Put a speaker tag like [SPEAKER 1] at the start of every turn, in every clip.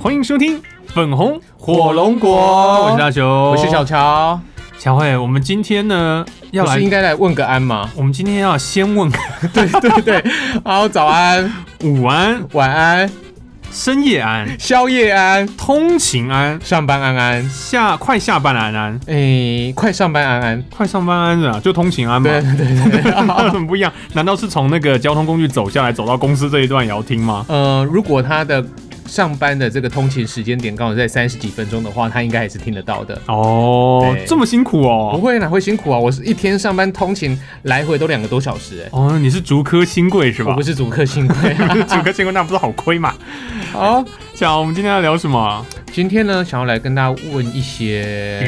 [SPEAKER 1] 欢迎收听粉红
[SPEAKER 2] 火龙果
[SPEAKER 1] 我是大雄，我
[SPEAKER 2] 我是小乔，
[SPEAKER 1] 小慧。我们今天呢哦要
[SPEAKER 2] 不
[SPEAKER 1] 来
[SPEAKER 2] 是应，该来问个安吗
[SPEAKER 1] ？我们今天要先问个
[SPEAKER 2] 对对对，好，早安、
[SPEAKER 1] 午安、
[SPEAKER 2] 晚安、
[SPEAKER 1] 深夜安、
[SPEAKER 2] 宵夜安、
[SPEAKER 1] 通勤安、
[SPEAKER 2] 上班安安，
[SPEAKER 1] 下快下班安安、
[SPEAKER 2] 诶，快上班安安，
[SPEAKER 1] 快上班安啊，就通勤安嘛。
[SPEAKER 2] 对对对对。
[SPEAKER 1] 那有什么 不一样？难道是从那个交通工具走下来，走到公司这一段也要听吗？
[SPEAKER 2] 呃，如果他的上班的这个通勤时间点刚好在三十几分钟的话，他应该还是听得到的。
[SPEAKER 1] 哦，
[SPEAKER 2] 对
[SPEAKER 1] 这么辛苦
[SPEAKER 2] 不
[SPEAKER 1] 哦。
[SPEAKER 2] 会哪会辛苦啊？我是一天上班通勤来回都两个多小时、诶，欸
[SPEAKER 1] 哦，你是竹科新贵是
[SPEAKER 2] 我
[SPEAKER 1] 吧
[SPEAKER 2] 不？是主客新贵。
[SPEAKER 1] 竹科新贵那不是好亏嘛？
[SPEAKER 2] 好，
[SPEAKER 1] 讲，我们今天要聊什么？
[SPEAKER 2] 今天呢，想要来跟大家问一些，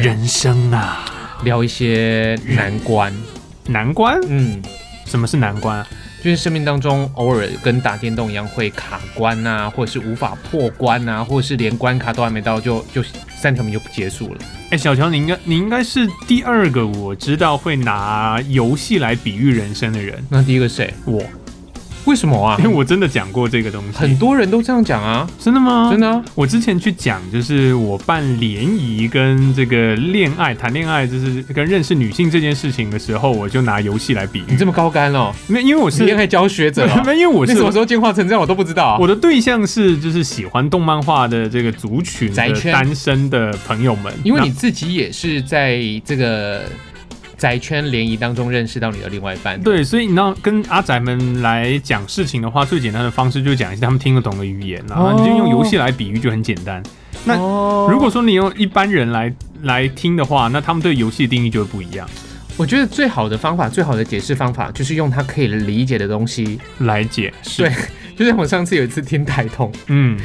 [SPEAKER 1] 人生啊，
[SPEAKER 2] 聊一些难关。
[SPEAKER 1] 难关？
[SPEAKER 2] 嗯，
[SPEAKER 1] 什么是难关啊？
[SPEAKER 2] 就是生命当中偶尔跟打电动一样会卡关啊，或者是无法破关啊，或者是连关卡都还没到就就三条命就结束了。
[SPEAKER 1] 哎、小乔，你应该你应该是第二个我知道会拿游戏来比喻人生的人。
[SPEAKER 2] 那第一个谁？
[SPEAKER 1] 我，
[SPEAKER 2] 为什么啊
[SPEAKER 1] 因为？我真的讲过这个东
[SPEAKER 2] 很
[SPEAKER 1] 西。
[SPEAKER 2] 多人都这样讲啊，
[SPEAKER 1] 真的吗？
[SPEAKER 2] 真。的啊、
[SPEAKER 1] 我之前去讲，就是我办联谊跟这个恋爱、谈恋爱，就是跟认识女性这件事情的时候，我就拿游戏来比
[SPEAKER 2] 你
[SPEAKER 1] 喻。
[SPEAKER 2] 这么高干哦，
[SPEAKER 1] 没，因为我是
[SPEAKER 2] 你恋爱教学者、
[SPEAKER 1] ，
[SPEAKER 2] 哦
[SPEAKER 1] 没，因为我
[SPEAKER 2] 你
[SPEAKER 1] 是
[SPEAKER 2] 什么时候进化成这样我都不知道、啊。
[SPEAKER 1] 我的对象是就是喜欢动漫画的这个族群
[SPEAKER 2] 宅
[SPEAKER 1] 的
[SPEAKER 2] 圈
[SPEAKER 1] 单身的朋友们，
[SPEAKER 2] 因为
[SPEAKER 1] 那
[SPEAKER 2] 你自己也是在这个宅圈联谊当中认识到你的另外一半。，
[SPEAKER 1] 对，所以你知道跟阿宅们来讲事情的话，最简单的方式就是讲一些他们听得懂的语言啦，然后你就用游戏来比喻就很简单。那
[SPEAKER 2] 哦
[SPEAKER 1] 如果说你用一般人来来听的话，那他们对游戏的定义就会不一样。
[SPEAKER 2] 我觉得最好的方法、最好的解释方法，就是用他可以理解的东西。
[SPEAKER 1] 来解释，
[SPEAKER 2] 对，就像我上次有一次听台通，
[SPEAKER 1] 嗯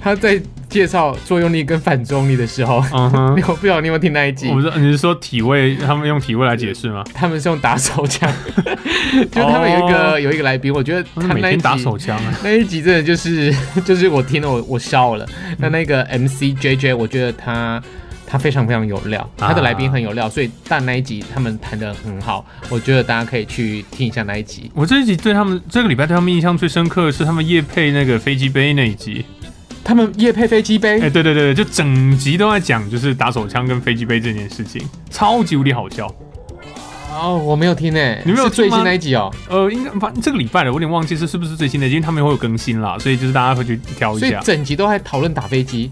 [SPEAKER 2] 他在介绍作用力跟反作用力的时候，
[SPEAKER 1] 嗯哼
[SPEAKER 2] 你，有不知道你有没有听那一集
[SPEAKER 1] 我？不知道你是说体位，他们用体位来解释吗？
[SPEAKER 2] 他们是用打手枪， 就是他们有一个、有一个来宾，我觉得
[SPEAKER 1] 哦他
[SPEAKER 2] 他
[SPEAKER 1] 们每
[SPEAKER 2] 那一
[SPEAKER 1] 天
[SPEAKER 2] 集
[SPEAKER 1] 打手枪 啊，
[SPEAKER 2] 那一集真的就是 就是我听了我我笑了。那那个 MC JJ，我觉得他他非常非常有料，
[SPEAKER 1] 啊
[SPEAKER 2] 他的来宾很有料，所以但那一集他们谈的很好，我觉得大家可以去听一下那一集。
[SPEAKER 1] 我这一集对他们这个礼拜对他们印象最深刻的是他们夜配那个飞机杯那一集，
[SPEAKER 2] 他们夜配飞机杯
[SPEAKER 1] 哎、，对对对，对就整集都在讲就是打手枪跟飞机杯这件事情，超级无敌好笑。
[SPEAKER 2] 哦，我没有听诶、
[SPEAKER 1] 你没有
[SPEAKER 2] 是最
[SPEAKER 1] 听吗
[SPEAKER 2] 新那一集哦，
[SPEAKER 1] 呃，应该反这个礼拜了，我有点忘记是是不是最新的，因为他们会有更新啦，所以就是大家会去挑一
[SPEAKER 2] 所以
[SPEAKER 1] 下。
[SPEAKER 2] 整集都在讨论打飞机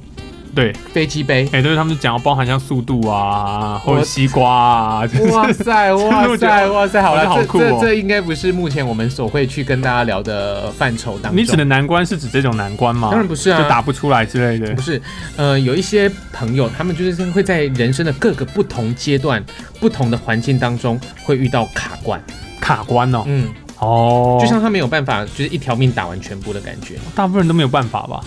[SPEAKER 1] 对，
[SPEAKER 2] 飞机杯。
[SPEAKER 1] 哎、对，他们讲到包含像速度啊，
[SPEAKER 2] 我
[SPEAKER 1] 或者西瓜啊，就是
[SPEAKER 2] 哇塞，哇
[SPEAKER 1] 我觉
[SPEAKER 2] 塞，
[SPEAKER 1] 得
[SPEAKER 2] 哇塞！好了，
[SPEAKER 1] 好
[SPEAKER 2] 这
[SPEAKER 1] 酷
[SPEAKER 2] 这
[SPEAKER 1] 哦
[SPEAKER 2] 这应该不是目前我们所会去跟大家聊的范畴当 中。
[SPEAKER 1] 你指的难关是指这种难关吗？
[SPEAKER 2] 当然不是啊
[SPEAKER 1] 就打不出来之类的
[SPEAKER 2] 不。是，呃，有一些朋友，他们就是会在人生的各个不同阶段、不同的环境当中会遇到卡关，
[SPEAKER 1] 卡关哦，
[SPEAKER 2] 嗯，
[SPEAKER 1] 哦，
[SPEAKER 2] 就像他没有办法，就是一条命打完全部的感觉。
[SPEAKER 1] 大部分人都没有办法吧，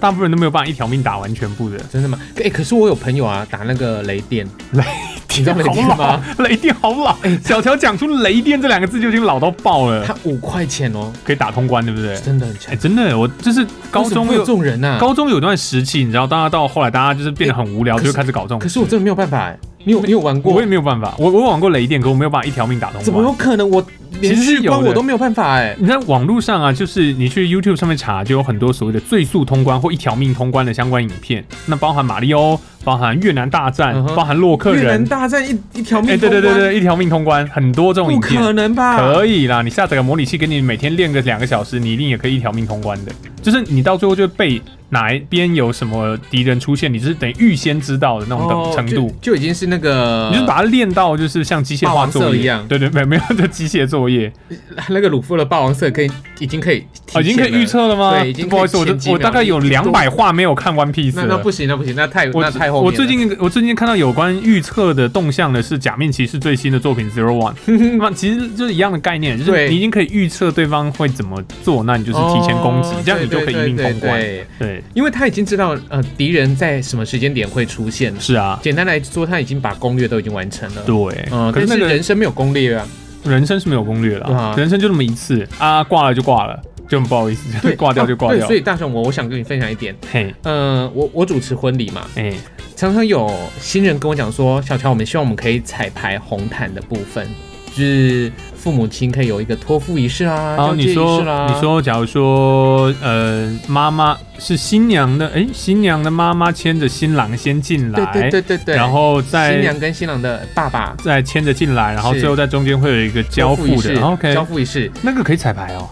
[SPEAKER 1] 大部分人都没有办法一条命打完全部的。
[SPEAKER 2] 真的吗？哎、可是我有朋友啊，打那个雷 电，你知道雷电
[SPEAKER 1] 好
[SPEAKER 2] 吗？哎
[SPEAKER 1] 老？啊雷电好老，小乔讲出“雷电”这两个字就已经老到爆了，
[SPEAKER 2] 他五块钱哦，
[SPEAKER 1] 可以打通关，对不对？
[SPEAKER 2] 真的很
[SPEAKER 1] 哎、
[SPEAKER 2] 强。
[SPEAKER 1] 真的，我就是高
[SPEAKER 2] 为什么
[SPEAKER 1] 中
[SPEAKER 2] 会有
[SPEAKER 1] 有
[SPEAKER 2] 这种人呐、啊？
[SPEAKER 1] 高中有段时期，你知道，大家到后来，大家就是变得很无聊，
[SPEAKER 2] 可
[SPEAKER 1] 就
[SPEAKER 2] 是
[SPEAKER 1] 开始搞这种
[SPEAKER 2] 可。是我真的没有办法哎、你有你有玩
[SPEAKER 1] 我
[SPEAKER 2] 过
[SPEAKER 1] 也？没有办法，我我玩过雷电，可我没有办法一条命打通
[SPEAKER 2] 怎么有
[SPEAKER 1] 关。
[SPEAKER 2] 可能？我连
[SPEAKER 1] 其实是
[SPEAKER 2] 续关
[SPEAKER 1] 有的
[SPEAKER 2] 我都没有办法哎、
[SPEAKER 1] 你在网络上啊，就是你去 YouTube 上面查，就有很多所谓的最速通关或一条命通关的相关影片，那包含马里奥，包含越南大战，
[SPEAKER 2] 嗯哼
[SPEAKER 1] 包含洛克
[SPEAKER 2] 越南
[SPEAKER 1] 人，
[SPEAKER 2] 大战一一条
[SPEAKER 1] 哎、
[SPEAKER 2] 命、
[SPEAKER 1] 对对对，对，一条命通关，很多这种
[SPEAKER 2] 不
[SPEAKER 1] 影片。
[SPEAKER 2] 可能吧？
[SPEAKER 1] 可以啦，你下载个模拟器，给你每天练个两个小时，你一定也可以一条命通关的。就是你到最后就会被哪一边有什么敌人出现，你就是等于预先知道的那种
[SPEAKER 2] 哦
[SPEAKER 1] 等程度。
[SPEAKER 2] 就就已经是那个，
[SPEAKER 1] 你就是把它练到就是像机械
[SPEAKER 2] 霸
[SPEAKER 1] 化
[SPEAKER 2] 王色
[SPEAKER 1] 作业
[SPEAKER 2] 一样
[SPEAKER 1] 对对，没没有这机械作 业，
[SPEAKER 2] 那个鲁夫的霸王色可以已经可以
[SPEAKER 1] 哦，已经可以预测了吗？
[SPEAKER 2] 对已经可以
[SPEAKER 1] 不好意思，我
[SPEAKER 2] 前几
[SPEAKER 1] 就我
[SPEAKER 2] 秒
[SPEAKER 1] 大概有
[SPEAKER 2] 你
[SPEAKER 1] 两百话没有看 One Piece
[SPEAKER 2] 那那
[SPEAKER 1] 了。
[SPEAKER 2] 不行，那不行，那太
[SPEAKER 1] 我
[SPEAKER 2] 那太后面了
[SPEAKER 1] 我最近我最近看到有关预测的动向的是假面骑士最新的作品 Zero One，那 其实就是一样的概念，就是
[SPEAKER 2] 对
[SPEAKER 1] 你已经可以预测对方会怎么做，那你就是提前攻击，
[SPEAKER 2] 哦
[SPEAKER 1] 这样你就可以一命通
[SPEAKER 2] 对对对
[SPEAKER 1] 关。
[SPEAKER 2] 对对
[SPEAKER 1] 对，
[SPEAKER 2] 因为他已经知道呃敌人在什么时间点会出现了。
[SPEAKER 1] 是啊，
[SPEAKER 2] 简单来说，他已经把攻略都已经完成了。
[SPEAKER 1] 对。
[SPEAKER 2] 嗯，
[SPEAKER 1] 可
[SPEAKER 2] 但
[SPEAKER 1] 是
[SPEAKER 2] 是
[SPEAKER 1] 那个
[SPEAKER 2] 人生没有攻略 啊。
[SPEAKER 1] 人生是没有攻略
[SPEAKER 2] 对
[SPEAKER 1] 啦
[SPEAKER 2] 啊，
[SPEAKER 1] 人生就那么一次啊，挂了就挂了，就很不好意思，就 挂掉就挂
[SPEAKER 2] 哦对
[SPEAKER 1] 掉
[SPEAKER 2] 所。以大雄，我我想跟你分享一点，
[SPEAKER 1] 嘿，
[SPEAKER 2] 呃，我我主持婚礼嘛，
[SPEAKER 1] 哎，
[SPEAKER 2] 常常有新人跟我讲说，小乔，我们希望我们可以彩排红毯的部分，就是父母亲可以有一个托付仪式啊，
[SPEAKER 1] 然后哦
[SPEAKER 2] 交接
[SPEAKER 1] 你
[SPEAKER 2] 仪
[SPEAKER 1] 说
[SPEAKER 2] 式啦。
[SPEAKER 1] 你说，假如说呃，妈妈是新娘的，诶，新娘的妈妈牵着新郎先进来，
[SPEAKER 2] 对对对对对，
[SPEAKER 1] 然后再
[SPEAKER 2] 新娘跟新郎的爸爸
[SPEAKER 1] 再牵着进来，然后
[SPEAKER 2] 是
[SPEAKER 1] 最后在中间会有一个交
[SPEAKER 2] 托
[SPEAKER 1] 付
[SPEAKER 2] 仪式
[SPEAKER 1] 的。OK，哦
[SPEAKER 2] 交付仪式。
[SPEAKER 1] 那个可以彩排哦。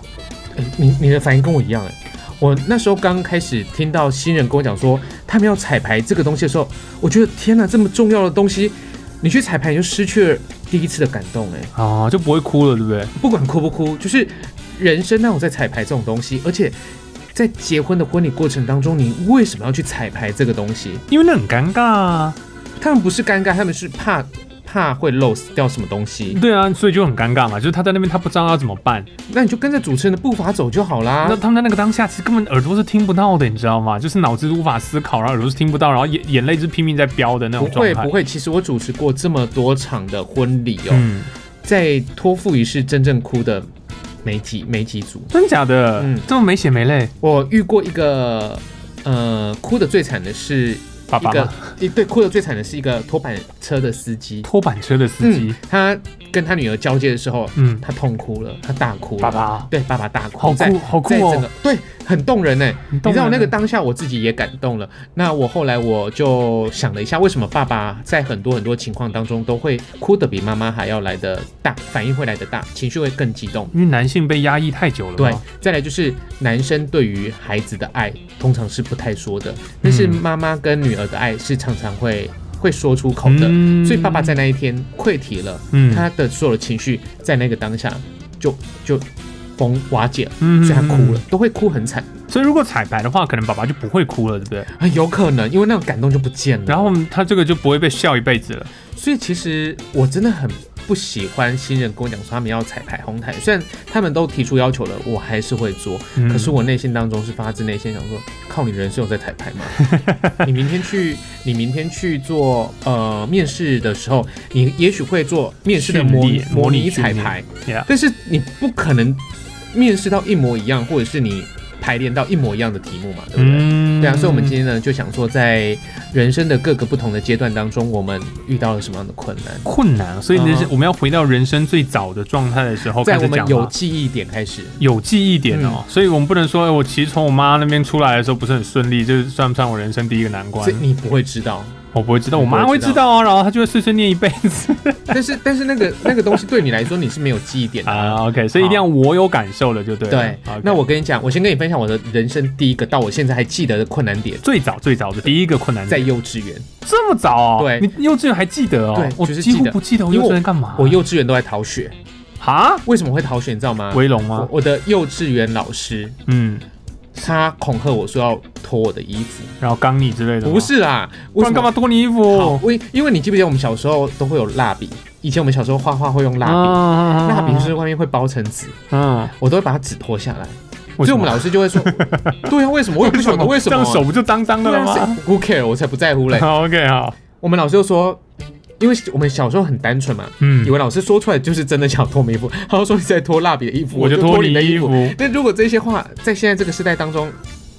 [SPEAKER 2] 诶你你的反应跟我一样哎、我那时候刚开始听到新人跟我讲说他们要彩排这个东西的时候，我觉得天哪，这么重要的东西，你去彩排你就失去了第一次的感动哎、
[SPEAKER 1] 哦，就不会哭了，对不对？
[SPEAKER 2] 不管哭不哭，就是人生那我在彩排这种东西，而且在结婚的婚礼过程当中，你为什么要去彩排这个东西？
[SPEAKER 1] 因为那很尴尬啊。
[SPEAKER 2] 他们不是尴尬，他们是怕怕会漏掉什么东西。
[SPEAKER 1] 对啊，所以就很尴尬嘛。就是他在那边，他不知道要怎么办。
[SPEAKER 2] 那你就跟着主持人的步伐走就好啦。
[SPEAKER 1] 那他们在那个当下，其实根本耳朵是听不到的，你知道吗？就是脑子无法思考，然后耳朵是听不到，然后眼眼泪是拼命在飙的那
[SPEAKER 2] 不
[SPEAKER 1] 种状
[SPEAKER 2] 会
[SPEAKER 1] 态。
[SPEAKER 2] 不会，其实我主持过这么多场的婚礼哦，
[SPEAKER 1] 嗯，
[SPEAKER 2] 在托付仪式真正哭的没几没几组。
[SPEAKER 1] 真假的？
[SPEAKER 2] 嗯
[SPEAKER 1] 这么没血没泪，
[SPEAKER 2] 我遇过一个，呃，哭的最惨的是
[SPEAKER 1] 爸
[SPEAKER 2] 一
[SPEAKER 1] 爸
[SPEAKER 2] 个
[SPEAKER 1] 吗？，
[SPEAKER 2] 一对哭的最惨的是一个拖板车的司机。
[SPEAKER 1] 拖板车的司
[SPEAKER 2] 嗯
[SPEAKER 1] 机，，
[SPEAKER 2] 他跟他女儿交接的时候，
[SPEAKER 1] 嗯，
[SPEAKER 2] 他痛哭了，他大哭了。
[SPEAKER 1] 爸爸
[SPEAKER 2] 对爸爸大哭，
[SPEAKER 1] 嗯好
[SPEAKER 2] 在
[SPEAKER 1] 酷好酷
[SPEAKER 2] 在整
[SPEAKER 1] 哦
[SPEAKER 2] 个！对很动人呢。
[SPEAKER 1] 你
[SPEAKER 2] 你
[SPEAKER 1] 懂
[SPEAKER 2] 知道
[SPEAKER 1] 了
[SPEAKER 2] 那个当下我自己也感动了。那我后来我就想了一下，为什么爸爸在很多很多情况当中都会哭得比妈妈还要来得大，反应会来得大，情绪会更激动。
[SPEAKER 1] 因为男性被压抑太久了，
[SPEAKER 2] 对，，再来就是男生对于孩子的爱通常是不太说的，但
[SPEAKER 1] 嗯
[SPEAKER 2] 是妈妈跟女儿的爱是常常会会说出口的。
[SPEAKER 1] 嗯
[SPEAKER 2] 所以爸爸在那一天溃体了，
[SPEAKER 1] 嗯
[SPEAKER 2] 他的所有的情绪在那个当下就就崩瓦解了，
[SPEAKER 1] 嗯
[SPEAKER 2] 所以他哭了，都会哭很惨
[SPEAKER 1] 所以如果彩排的话，可能爸爸就不会哭了，对不对？
[SPEAKER 2] 啊，有可能因为那种感动就不见了。
[SPEAKER 1] 然后他这个就不会被笑一辈子了。
[SPEAKER 2] 所以其实我真的很不喜欢新人跟我讲说他们要彩排红毯，虽然他们都提出要求了，我还是会做，
[SPEAKER 1] 嗯
[SPEAKER 2] 可是我内心当中是发自内心想说，靠你人是有在彩排吗？ 你明天去，你明天去做呃面试的时候，你也许会做面试的模
[SPEAKER 1] 训练模
[SPEAKER 2] 模
[SPEAKER 1] 拟
[SPEAKER 2] 拟
[SPEAKER 1] 训
[SPEAKER 2] 彩
[SPEAKER 1] 练
[SPEAKER 2] 排，
[SPEAKER 1] ，Yeah，
[SPEAKER 2] 但是你不可能面试到一模一样，或者是你排练到一模一样的题目嘛，对不对？
[SPEAKER 1] 嗯
[SPEAKER 2] 对啊，所以我们今天呢就想说，在人生的各个不同的阶段当中，我们遇到了什么样的困难？
[SPEAKER 1] 困难，所以那是
[SPEAKER 2] 嗯
[SPEAKER 1] 我们要回到人生最早的状态的时候
[SPEAKER 2] 在
[SPEAKER 1] 开
[SPEAKER 2] 我
[SPEAKER 1] 始
[SPEAKER 2] 们
[SPEAKER 1] 讲
[SPEAKER 2] 有嗯
[SPEAKER 1] 嘛。
[SPEAKER 2] 记忆点开始，
[SPEAKER 1] 有记忆点哦，所以我们不能说，哎我其实从我妈那边出来的时候不是很顺利，这算不算我人生第一个难关
[SPEAKER 2] 所以？你不会知道。
[SPEAKER 1] 我不会知道，
[SPEAKER 2] 你
[SPEAKER 1] 我
[SPEAKER 2] 不会
[SPEAKER 1] 妈会知道啊，然后她就会碎碎念一辈子
[SPEAKER 2] 但是 但是那个那个东西对你来说你是没有记忆点的。
[SPEAKER 1] 啊。OK，所以一定要我有感受的就对了。
[SPEAKER 2] 对
[SPEAKER 1] OK
[SPEAKER 2] 那我跟你讲，我先跟你分享我的人生第一个到我现在还记得的困难点，
[SPEAKER 1] 最早最早的第一个困难
[SPEAKER 2] 在
[SPEAKER 1] 点，
[SPEAKER 2] 幼稚园，
[SPEAKER 1] 这么早哦？
[SPEAKER 2] 对
[SPEAKER 1] 你幼稚园还记得哦？
[SPEAKER 2] 对
[SPEAKER 1] 我
[SPEAKER 2] 就是
[SPEAKER 1] 几乎
[SPEAKER 2] 记得
[SPEAKER 1] 不记得我
[SPEAKER 2] 因
[SPEAKER 1] 幼
[SPEAKER 2] 为我
[SPEAKER 1] 稚园干嘛。
[SPEAKER 2] 我幼稚园都在逃学。
[SPEAKER 1] 啊，
[SPEAKER 2] 为什么会逃学？你知道吗？
[SPEAKER 1] 威龙
[SPEAKER 2] 我
[SPEAKER 1] 吗？
[SPEAKER 2] 我的幼稚园老师
[SPEAKER 1] 嗯，
[SPEAKER 2] 他恐吓我说要脱我的衣服，
[SPEAKER 1] 然后刚你之类的吗，
[SPEAKER 2] 不是啦，
[SPEAKER 1] 不
[SPEAKER 2] 为
[SPEAKER 1] 然
[SPEAKER 2] 什么
[SPEAKER 1] 干嘛脱你衣
[SPEAKER 2] 好
[SPEAKER 1] 服？
[SPEAKER 2] 我因为你记不记得我们小时候都会有蜡笔？以前我们小时候画画会用蜡笔，
[SPEAKER 1] 啊
[SPEAKER 2] 蜡笔就是外面会包成纸，
[SPEAKER 1] 嗯，
[SPEAKER 2] 我都会把它纸脱下来。
[SPEAKER 1] 为
[SPEAKER 2] 所以
[SPEAKER 1] 什
[SPEAKER 2] 我
[SPEAKER 1] 么
[SPEAKER 2] 们老师就 会说，对啊，为什么？我也不晓得为什
[SPEAKER 1] 这
[SPEAKER 2] 么。
[SPEAKER 1] 样手不就脏脏的
[SPEAKER 2] 对
[SPEAKER 1] 了
[SPEAKER 2] 啊
[SPEAKER 1] 吗？
[SPEAKER 2] 谁，Who care？我才不在乎 嘞。
[SPEAKER 1] 好，OK，好，
[SPEAKER 2] 我们老师就说，因为我们小时候很单纯嘛，
[SPEAKER 1] 嗯
[SPEAKER 2] 以，为老师说出来就是真的想脱我们衣服， 他就说你在脱蜡笔的衣服，
[SPEAKER 1] 我就
[SPEAKER 2] 就
[SPEAKER 1] 脱
[SPEAKER 2] 你
[SPEAKER 1] 你
[SPEAKER 2] 的
[SPEAKER 1] 衣
[SPEAKER 2] 衣服。
[SPEAKER 1] 服。
[SPEAKER 2] 那如果这些话在现在这个时代当中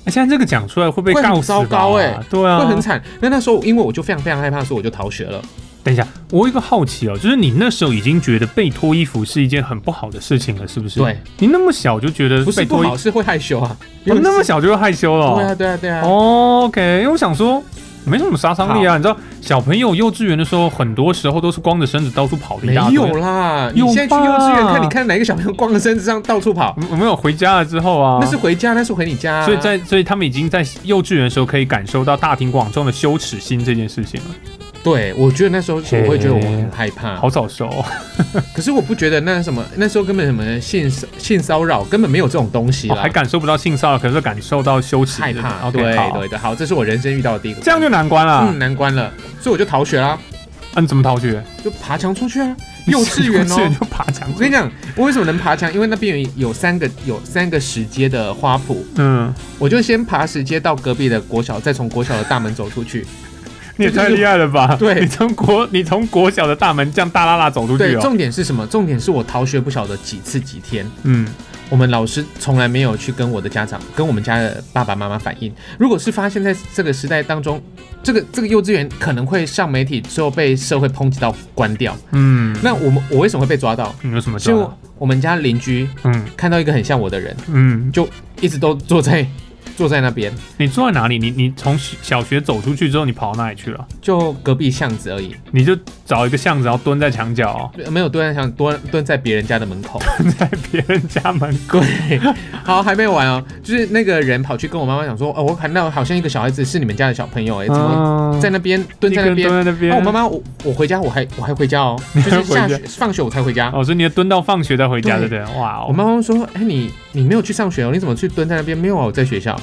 [SPEAKER 1] 哎现在这个讲出来会被
[SPEAKER 2] 会很
[SPEAKER 1] 告死吧
[SPEAKER 2] 糟糕哎
[SPEAKER 1] 对啊，
[SPEAKER 2] 会很惨，那那时候因为我就非常非常害怕，所以我就逃学了。
[SPEAKER 1] 等一下，我有一个好奇哦，就是你那时候已经觉得被脱衣服是一件很不好的事情了，是不是？
[SPEAKER 2] 对，
[SPEAKER 1] 你那么小就觉得
[SPEAKER 2] 不是
[SPEAKER 1] 被
[SPEAKER 2] 不
[SPEAKER 1] 脱衣
[SPEAKER 2] 好，是会害羞啊。
[SPEAKER 1] 服，哦那么小就会害羞了
[SPEAKER 2] 对啊
[SPEAKER 1] 哦。
[SPEAKER 2] 对啊对啊。
[SPEAKER 1] 哦 OK，因为我想说。没什么杀伤力啊，你知道，小朋友幼稚园的时候，很多时候都是光着身子到处跑的
[SPEAKER 2] 没
[SPEAKER 1] 一大堆。
[SPEAKER 2] 有啦，你
[SPEAKER 1] 有吧
[SPEAKER 2] 现在去幼稚园看，你看哪个小朋友光着身子上到处跑？
[SPEAKER 1] 我没有回家了之后啊，
[SPEAKER 2] 那是回家，那是回你家啊。
[SPEAKER 1] 所以在所以他们已经在幼稚园的时候可以感受到大庭广众的羞耻心这件事情了，
[SPEAKER 2] 对，啊我觉得那时候我会觉得我
[SPEAKER 1] 嘿
[SPEAKER 2] 很害怕，
[SPEAKER 1] 好早熟、哦。
[SPEAKER 2] 可是我不觉得那什么，那时候根本什么性骚性骚扰根本没有这种东西
[SPEAKER 1] 哦
[SPEAKER 2] 啦，
[SPEAKER 1] 还感受不到性骚扰，可是感受到羞耻，
[SPEAKER 2] 啊害怕。
[SPEAKER 1] o
[SPEAKER 2] 对
[SPEAKER 1] k 好，
[SPEAKER 2] 对对，好，这是我人生遇到的第一个，
[SPEAKER 1] 这样就啊难关了。
[SPEAKER 2] 嗯难关了，所以我就逃学啦，
[SPEAKER 1] 啊，你怎么逃学？
[SPEAKER 2] 就爬墙出去啊，
[SPEAKER 1] 嗯
[SPEAKER 2] 幼稚园
[SPEAKER 1] 幼稚园
[SPEAKER 2] 哦。
[SPEAKER 1] 就爬墙。
[SPEAKER 2] 我跟你讲，我为什么能爬墙？因为那边有有三个有三个石阶的花圃，
[SPEAKER 1] 嗯，
[SPEAKER 2] 我就先爬石阶到隔壁的国小，再从国小的大门走出去。
[SPEAKER 1] 你也太厉害了吧？
[SPEAKER 2] 对
[SPEAKER 1] 你从国你从国小的大门这样大拉拉走出
[SPEAKER 2] 对
[SPEAKER 1] 去，哦。
[SPEAKER 2] 重点是什么？重点是我逃学不晓得几次几天，
[SPEAKER 1] 嗯，
[SPEAKER 2] 我们老师从来没有去跟我的家长、跟我们家的爸爸妈妈反映。如果是发现在这个时代当中，这个这个幼稚园可能会上媒体之后被社会抨击到关掉。
[SPEAKER 1] 嗯，
[SPEAKER 2] 那我们我为什么会被抓到？
[SPEAKER 1] 你有什么
[SPEAKER 2] 是因为
[SPEAKER 1] 招？啊
[SPEAKER 2] 我们家邻居
[SPEAKER 1] 嗯
[SPEAKER 2] 看到一个很像我的人，
[SPEAKER 1] 嗯，
[SPEAKER 2] 就一直都坐在坐在那边，
[SPEAKER 1] 你住在哪里？你你从小学走出去之后，你跑到哪里去了？
[SPEAKER 2] 就隔壁巷子而已，
[SPEAKER 1] 你就找一个巷子，然后蹲在墙角、哦，
[SPEAKER 2] 没有蹲在想蹲蹲在别人家的门口。
[SPEAKER 1] 在别人家门口。
[SPEAKER 2] 对，好，还没完哦，就是那个人跑去跟我妈妈讲说，哦，我看到好像一个小孩子是你们家的小朋友哎、怎么
[SPEAKER 1] 嗯
[SPEAKER 2] 在那边蹲
[SPEAKER 1] 一
[SPEAKER 2] 在
[SPEAKER 1] 个人
[SPEAKER 2] 那边？
[SPEAKER 1] 蹲在那边。
[SPEAKER 2] 那、哦我妈妈，我我回家，我还我还回家 哦，就
[SPEAKER 1] 还
[SPEAKER 2] 是
[SPEAKER 1] 回
[SPEAKER 2] 下
[SPEAKER 1] 家
[SPEAKER 2] 学放学我才回家。
[SPEAKER 1] 哦，所以你要蹲到放学再回家，对
[SPEAKER 2] 对
[SPEAKER 1] 不对？哇
[SPEAKER 2] 我
[SPEAKER 1] 哦，
[SPEAKER 2] 妈妈说：“哎、你你没有去上学哦，你怎么去蹲在那边？没有啊，我在学校。
[SPEAKER 1] 哦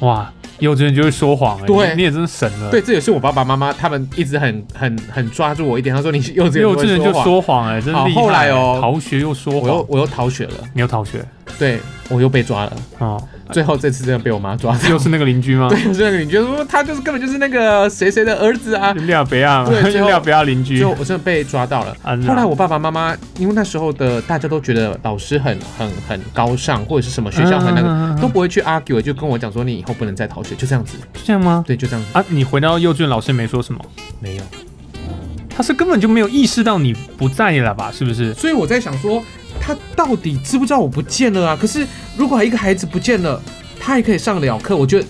[SPEAKER 1] 哇，幼稚园就会说谎、欸，
[SPEAKER 2] 对
[SPEAKER 1] 你你也真的神了。
[SPEAKER 2] 对，，这也是我爸爸妈妈他们一直很很很抓住我一点。他说你幼稚园
[SPEAKER 1] 幼
[SPEAKER 2] 不
[SPEAKER 1] 稚
[SPEAKER 2] 会
[SPEAKER 1] 园就
[SPEAKER 2] 谎
[SPEAKER 1] 说谎，哎，真
[SPEAKER 2] 好
[SPEAKER 1] 厉害、
[SPEAKER 2] 后来哦
[SPEAKER 1] 逃学又说
[SPEAKER 2] 我又
[SPEAKER 1] 谎，
[SPEAKER 2] 我又逃学了，
[SPEAKER 1] 你又逃学
[SPEAKER 2] 对我又被抓了。
[SPEAKER 1] 哦，
[SPEAKER 2] 最后这次真的被我妈抓 到。
[SPEAKER 1] 又是那个邻居吗？
[SPEAKER 2] 对，就是那个邻居说他就是根本就是那个谁谁的儿子 啊，
[SPEAKER 1] 廖北亚，
[SPEAKER 2] 对最后
[SPEAKER 1] 廖北亚邻居
[SPEAKER 2] 就。我真的被抓到了。
[SPEAKER 1] 啊
[SPEAKER 2] 后来我爸爸妈妈，因为那时候的大家都觉得老师很很很高尚，或者是什么学校很那个，
[SPEAKER 1] 嗯
[SPEAKER 2] 都不会去 argue，就跟我讲说你以后不能再逃学，就这样子。
[SPEAKER 1] 这样吗？
[SPEAKER 2] 对，就这样子，
[SPEAKER 1] 啊，你回到幼稚园，老师没说什么，
[SPEAKER 2] 没有。
[SPEAKER 1] 他是根本就没有意识到你不在了吧？是不是？
[SPEAKER 2] 所以我在想说，他到底知不知道我不见了啊？可是如果一个孩子不见了，他还可以上得了课，我觉得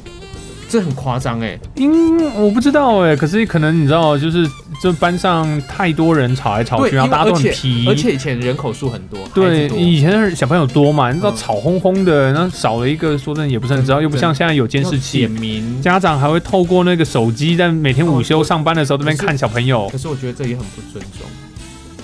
[SPEAKER 2] 这很夸张哎。
[SPEAKER 1] 因我不知道哎、可是可能你知道，就是这班上太多人吵来吵
[SPEAKER 2] 对，
[SPEAKER 1] 去，
[SPEAKER 2] 因
[SPEAKER 1] 然
[SPEAKER 2] 为
[SPEAKER 1] 后大家
[SPEAKER 2] 而
[SPEAKER 1] 都很
[SPEAKER 2] 且
[SPEAKER 1] 皮，
[SPEAKER 2] 而且以前人口数很多，
[SPEAKER 1] 对
[SPEAKER 2] 孩子，多
[SPEAKER 1] 以前的小朋友多嘛，你知道
[SPEAKER 2] 嗯
[SPEAKER 1] 吵哄哄的，然后少了一个，说真的也不是很知道，又不像现在有监视器
[SPEAKER 2] 要点，名。
[SPEAKER 1] 家长还会透过那个手机，在每天午休
[SPEAKER 2] 哦
[SPEAKER 1] 上班的时候这边看小朋友
[SPEAKER 2] 可。是我觉得这也很不尊重，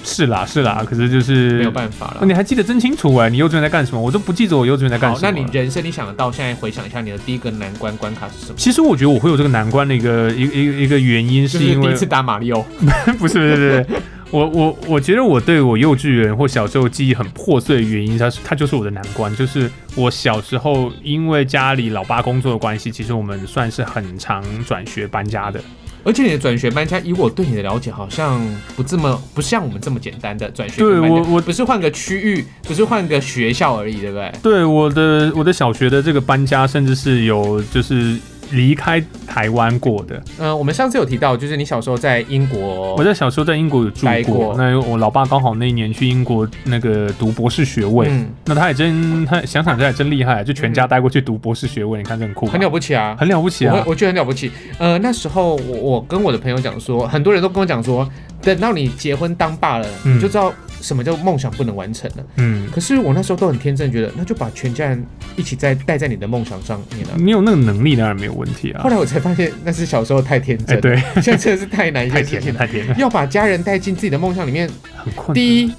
[SPEAKER 1] 是啦，是啦，可是就是
[SPEAKER 2] 没有办法了
[SPEAKER 1] 哦。你还记得真清楚哎、你幼稚园在干什么？我都不记得我幼稚园在干
[SPEAKER 2] 好
[SPEAKER 1] 什，么啊
[SPEAKER 2] 那
[SPEAKER 1] 了。
[SPEAKER 2] 你人生你想得到，现在回想一下你的第一个难关关卡是什么？
[SPEAKER 1] 其实我觉得我会有这个难关的一个一个一个一个原因，
[SPEAKER 2] 就是是
[SPEAKER 1] 因
[SPEAKER 2] 第
[SPEAKER 1] 为
[SPEAKER 2] 一次打马里奥，
[SPEAKER 1] 不是不是不是，不是我我我觉得我对我幼稚园或小时候记忆很破碎的原因，它是它就是我的难关，就是我小时候因为家里老爸工作的关系，其实我们算是很常转学搬家的。
[SPEAKER 2] 而且你的转学搬家，以我对你的了解，好像不这么不像我们这么简单的转学
[SPEAKER 1] 对
[SPEAKER 2] 搬家
[SPEAKER 1] 我我
[SPEAKER 2] 不是换个区域，不是换个学校而已，对不对？
[SPEAKER 1] 对我的我的小学的这个搬家，甚至是有就是离开台湾过的。
[SPEAKER 2] 嗯，我们上次有提到，就是你小时候在英国，嗯
[SPEAKER 1] 我在小时候在英国有住
[SPEAKER 2] 待
[SPEAKER 1] 过
[SPEAKER 2] 过，
[SPEAKER 1] 那我老爸刚好那一年去英国那个读博士学位。
[SPEAKER 2] 嗯，
[SPEAKER 1] 那他也真，他想想这还真厉害，就全家
[SPEAKER 2] 嗯
[SPEAKER 1] 带过去读博士学位，你看这很酷吧，
[SPEAKER 2] 很了不起啊。
[SPEAKER 1] 很了不起
[SPEAKER 2] 我
[SPEAKER 1] 啊！
[SPEAKER 2] 会我觉得很了不起。呃，那时候我我跟我的朋友讲说，很多人都跟我讲说，等到你结婚当爸了，
[SPEAKER 1] 嗯
[SPEAKER 2] 你就知道什么叫梦想不能完成了。
[SPEAKER 1] 嗯，
[SPEAKER 2] 可是我那时候都很天真，觉得那就把全家人一起在带在你的梦想上面了、
[SPEAKER 1] 你有那个能力当然没有问题啊
[SPEAKER 2] 后。来我才发现，那是小时候太天
[SPEAKER 1] 哎、
[SPEAKER 2] 真，
[SPEAKER 1] 对，
[SPEAKER 2] 现在真的是太难一
[SPEAKER 1] 太
[SPEAKER 2] 件
[SPEAKER 1] 甜
[SPEAKER 2] 事情
[SPEAKER 1] 了，嗯
[SPEAKER 2] 了。
[SPEAKER 1] 太甜了，
[SPEAKER 2] 要把家人带进自己的梦想里面，
[SPEAKER 1] 很困难。
[SPEAKER 2] 第一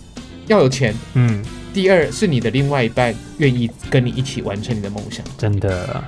[SPEAKER 2] 要有钱，
[SPEAKER 1] 嗯，
[SPEAKER 2] 第二是你的另外一半愿意跟你一起完成你的梦想。
[SPEAKER 1] 真的，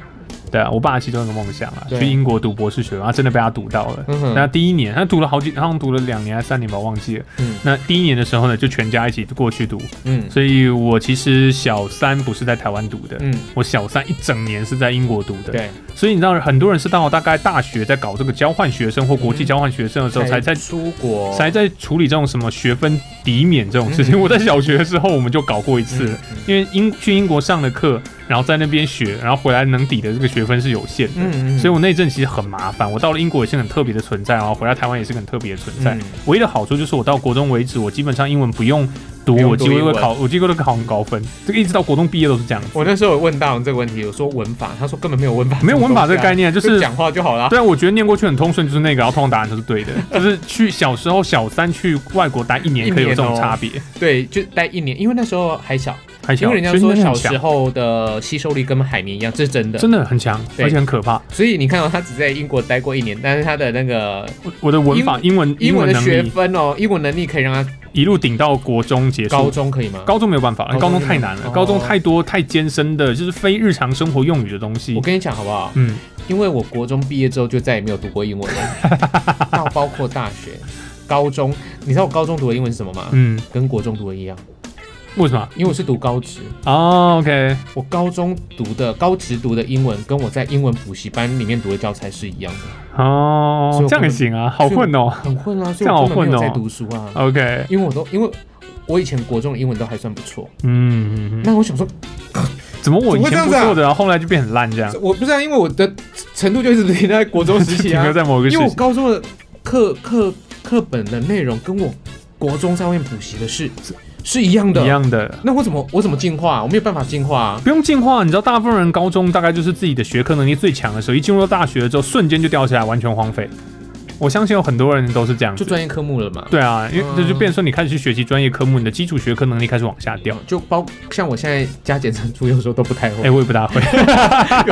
[SPEAKER 1] 对啊，我爸其中一个梦想啊，
[SPEAKER 2] 对
[SPEAKER 1] 去英国读博士学位，他真的被他读到了。
[SPEAKER 2] 嗯哼
[SPEAKER 1] 那第一年，他读了好几，好像读了两年还是三年吧，忘记了。
[SPEAKER 2] 嗯
[SPEAKER 1] 那第一年的时候呢，就全家一起过去读，
[SPEAKER 2] 嗯
[SPEAKER 1] 所以我其实小三不是在台湾读的，
[SPEAKER 2] 嗯，
[SPEAKER 1] 我小三一整年是在英国读的。
[SPEAKER 2] 对，
[SPEAKER 1] 所以你知道，很多人是到大概大学在搞这个交换学生或国际
[SPEAKER 2] 嗯
[SPEAKER 1] 交换学生的时候，才在
[SPEAKER 2] 出国，
[SPEAKER 1] 才在处理这种什么学分抵免这种事情。
[SPEAKER 2] 嗯
[SPEAKER 1] 我在小学的时候我们就搞过一次，
[SPEAKER 2] 嗯嗯
[SPEAKER 1] 因为英去英国上的课，然后在那边学，然后回来能抵的这个学分是有限的。
[SPEAKER 2] 嗯嗯
[SPEAKER 1] 所以我那一阵其实很麻烦，我到了英国也是很特别的存在，然后回来台湾也是很特别的存在
[SPEAKER 2] 嗯。
[SPEAKER 1] 唯一的好处就是我到国中为止，我基本上英文不用读
[SPEAKER 2] 不，用
[SPEAKER 1] 我几乎
[SPEAKER 2] 读
[SPEAKER 1] 会
[SPEAKER 2] 英文
[SPEAKER 1] 考，我几乎都考很高分。这个一直到国中毕业都是这样子。
[SPEAKER 2] 我那时候有问大王这个问题，我说文法，他说根本没有文法，
[SPEAKER 1] 没有文法这个概念
[SPEAKER 2] 什
[SPEAKER 1] 就
[SPEAKER 2] 么
[SPEAKER 1] 是
[SPEAKER 2] 东西啊就讲话就好了。
[SPEAKER 1] 对啊，我觉得念过去很通顺，就是那个，然后通常答案都是对 的。就是去小时候小三去外国待一年，
[SPEAKER 2] 一
[SPEAKER 1] 可以有这
[SPEAKER 2] 年
[SPEAKER 1] 种
[SPEAKER 2] 哦
[SPEAKER 1] 差别。
[SPEAKER 2] 对，就待一年，因为那时候还小，
[SPEAKER 1] 还
[SPEAKER 2] 因
[SPEAKER 1] 小，
[SPEAKER 2] 为人家
[SPEAKER 1] 所以
[SPEAKER 2] 说
[SPEAKER 1] 那很
[SPEAKER 2] 小
[SPEAKER 1] 强
[SPEAKER 2] 时候的吸收力跟海绵一样，这是真的。
[SPEAKER 1] 真的很强，
[SPEAKER 2] 对
[SPEAKER 1] 而且很可怕。
[SPEAKER 2] 所以你看到、他只在英国待过一年，但是他的那个
[SPEAKER 1] 我我的文法、英文、
[SPEAKER 2] 英文
[SPEAKER 1] 文
[SPEAKER 2] 的
[SPEAKER 1] 能
[SPEAKER 2] 学
[SPEAKER 1] 力
[SPEAKER 2] 分哦，英文能力可以让他
[SPEAKER 1] 一路顶到国中结
[SPEAKER 2] 高
[SPEAKER 1] 束。
[SPEAKER 2] 中可以吗？
[SPEAKER 1] 高中没有办法，
[SPEAKER 2] 高中
[SPEAKER 1] 高中太难
[SPEAKER 2] 没
[SPEAKER 1] 了，
[SPEAKER 2] 有
[SPEAKER 1] 高中
[SPEAKER 2] 哦
[SPEAKER 1] 太多太艰深的，就是非日常生活用语的东西
[SPEAKER 2] 我。跟你讲好不好？
[SPEAKER 1] 嗯，
[SPEAKER 2] 因为我国中毕业之后就再也没有读过英文了， 到包括大学、高中，你知道我高中读的英文是什么吗？
[SPEAKER 1] 嗯，
[SPEAKER 2] 跟国中读的一样，
[SPEAKER 1] 为什么？
[SPEAKER 2] 因为我是读高职，
[SPEAKER 1] 哦，OK，
[SPEAKER 2] 我高中读的高职读的英文跟我在英文补习班里面读的教材是一样的，所以
[SPEAKER 1] 哦
[SPEAKER 2] 我，
[SPEAKER 1] 这样也行啊，好
[SPEAKER 2] 所以我
[SPEAKER 1] 混哦。
[SPEAKER 2] 很混啊，所
[SPEAKER 1] 这
[SPEAKER 2] 以
[SPEAKER 1] 样好
[SPEAKER 2] 我根本没
[SPEAKER 1] 混
[SPEAKER 2] 有
[SPEAKER 1] 哦
[SPEAKER 2] 在读书啊，
[SPEAKER 1] OK，
[SPEAKER 2] 因为我都因为我以前国中的英文都还算不错，
[SPEAKER 1] 嗯，嗯嗯
[SPEAKER 2] 那我想说，
[SPEAKER 1] 怎么我
[SPEAKER 2] 怎
[SPEAKER 1] 以
[SPEAKER 2] 么会
[SPEAKER 1] 前不
[SPEAKER 2] 这样子啊
[SPEAKER 1] 做的，然后后来就变很烂这样，
[SPEAKER 2] 我不知啊道，因为我的程度就一直停在国中时期
[SPEAKER 1] 停
[SPEAKER 2] 啊
[SPEAKER 1] 留，在某一个
[SPEAKER 2] 因
[SPEAKER 1] 事
[SPEAKER 2] 为我
[SPEAKER 1] 情，
[SPEAKER 2] 高中的课课课本的内容跟我国中在外面补习的是是一样的，
[SPEAKER 1] 一样的。
[SPEAKER 2] 那我怎么我怎么进化？我没有办法进化、啊。
[SPEAKER 1] 不用进化，你知道，大部分人高中大概就是自己的学科能力最强的时候，一进入到大学之后，瞬间就掉下来，完全荒废。我相信有很多人都是这样
[SPEAKER 2] 就
[SPEAKER 1] 子。
[SPEAKER 2] 专业科目了嘛。
[SPEAKER 1] 对啊，因为这就
[SPEAKER 2] 嗯
[SPEAKER 1] 变成说你开始去学习专业科目，你的基础学科能力开始往下掉。
[SPEAKER 2] 就包像我现在加减乘除有时候都嗯 不太
[SPEAKER 1] 哎、
[SPEAKER 2] 会，
[SPEAKER 1] 我也不大会，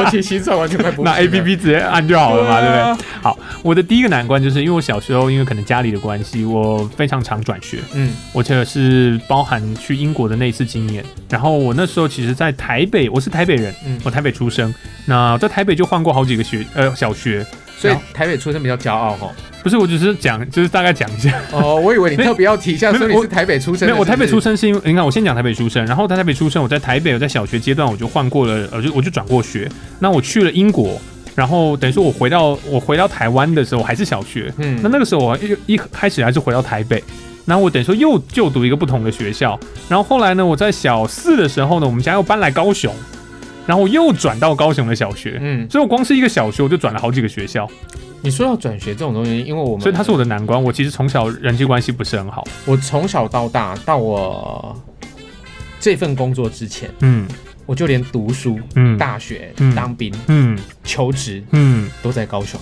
[SPEAKER 2] 尤其心算完全快不行
[SPEAKER 1] 那
[SPEAKER 2] 了
[SPEAKER 1] A P P 直接按就好了嘛，对不对？
[SPEAKER 2] 对啊？
[SPEAKER 1] 我的第一个难关就是因为我小时候因为可能家里的关系，我非常常转学，
[SPEAKER 2] 嗯，
[SPEAKER 1] 而且是包含去英国的那一次经验。然后我那时候其实，在台北，我是台北人，
[SPEAKER 2] 嗯
[SPEAKER 1] 我台北出生，那在台北就换过好几个学呃小学，
[SPEAKER 2] 所以
[SPEAKER 1] 然后
[SPEAKER 2] 台北出生比较骄傲 哈。
[SPEAKER 1] 不是我只是讲，就是大概讲一下。
[SPEAKER 2] 哦，我以为你特别要提一下，
[SPEAKER 1] 没有
[SPEAKER 2] 说你
[SPEAKER 1] 我
[SPEAKER 2] 是台北出生
[SPEAKER 1] 没
[SPEAKER 2] 的。
[SPEAKER 1] 有，我台北
[SPEAKER 2] 是不
[SPEAKER 1] 出
[SPEAKER 2] 是
[SPEAKER 1] 生是因为你看，我先讲台北出生，然后在台北出生，我在台北，我在小学阶段我就换过了，呃，就我就转过学。那我去了英国，然后等于说我回到我回到台湾的时候，我还是小学，
[SPEAKER 2] 嗯
[SPEAKER 1] 那那个时候我一一开始还是回到台北，然后我等于说又就读一个不同的学校，然后后来呢，我在小四的时候呢，我们家又搬来高雄，然后我又转到高雄的小学，
[SPEAKER 2] 嗯，
[SPEAKER 1] 所以我光是一个小学我就转了好几个学校，
[SPEAKER 2] 你说到转学这种东西，因为我们
[SPEAKER 1] 所以它是我的难关。我其实从小人际关系不是很好，
[SPEAKER 2] 我从小到大到我这份工作之前，
[SPEAKER 1] 嗯
[SPEAKER 2] 我就连读书、
[SPEAKER 1] 嗯
[SPEAKER 2] 大学、
[SPEAKER 1] 嗯
[SPEAKER 2] 当兵、
[SPEAKER 1] 嗯
[SPEAKER 2] 求职
[SPEAKER 1] 嗯，
[SPEAKER 2] 都在高雄，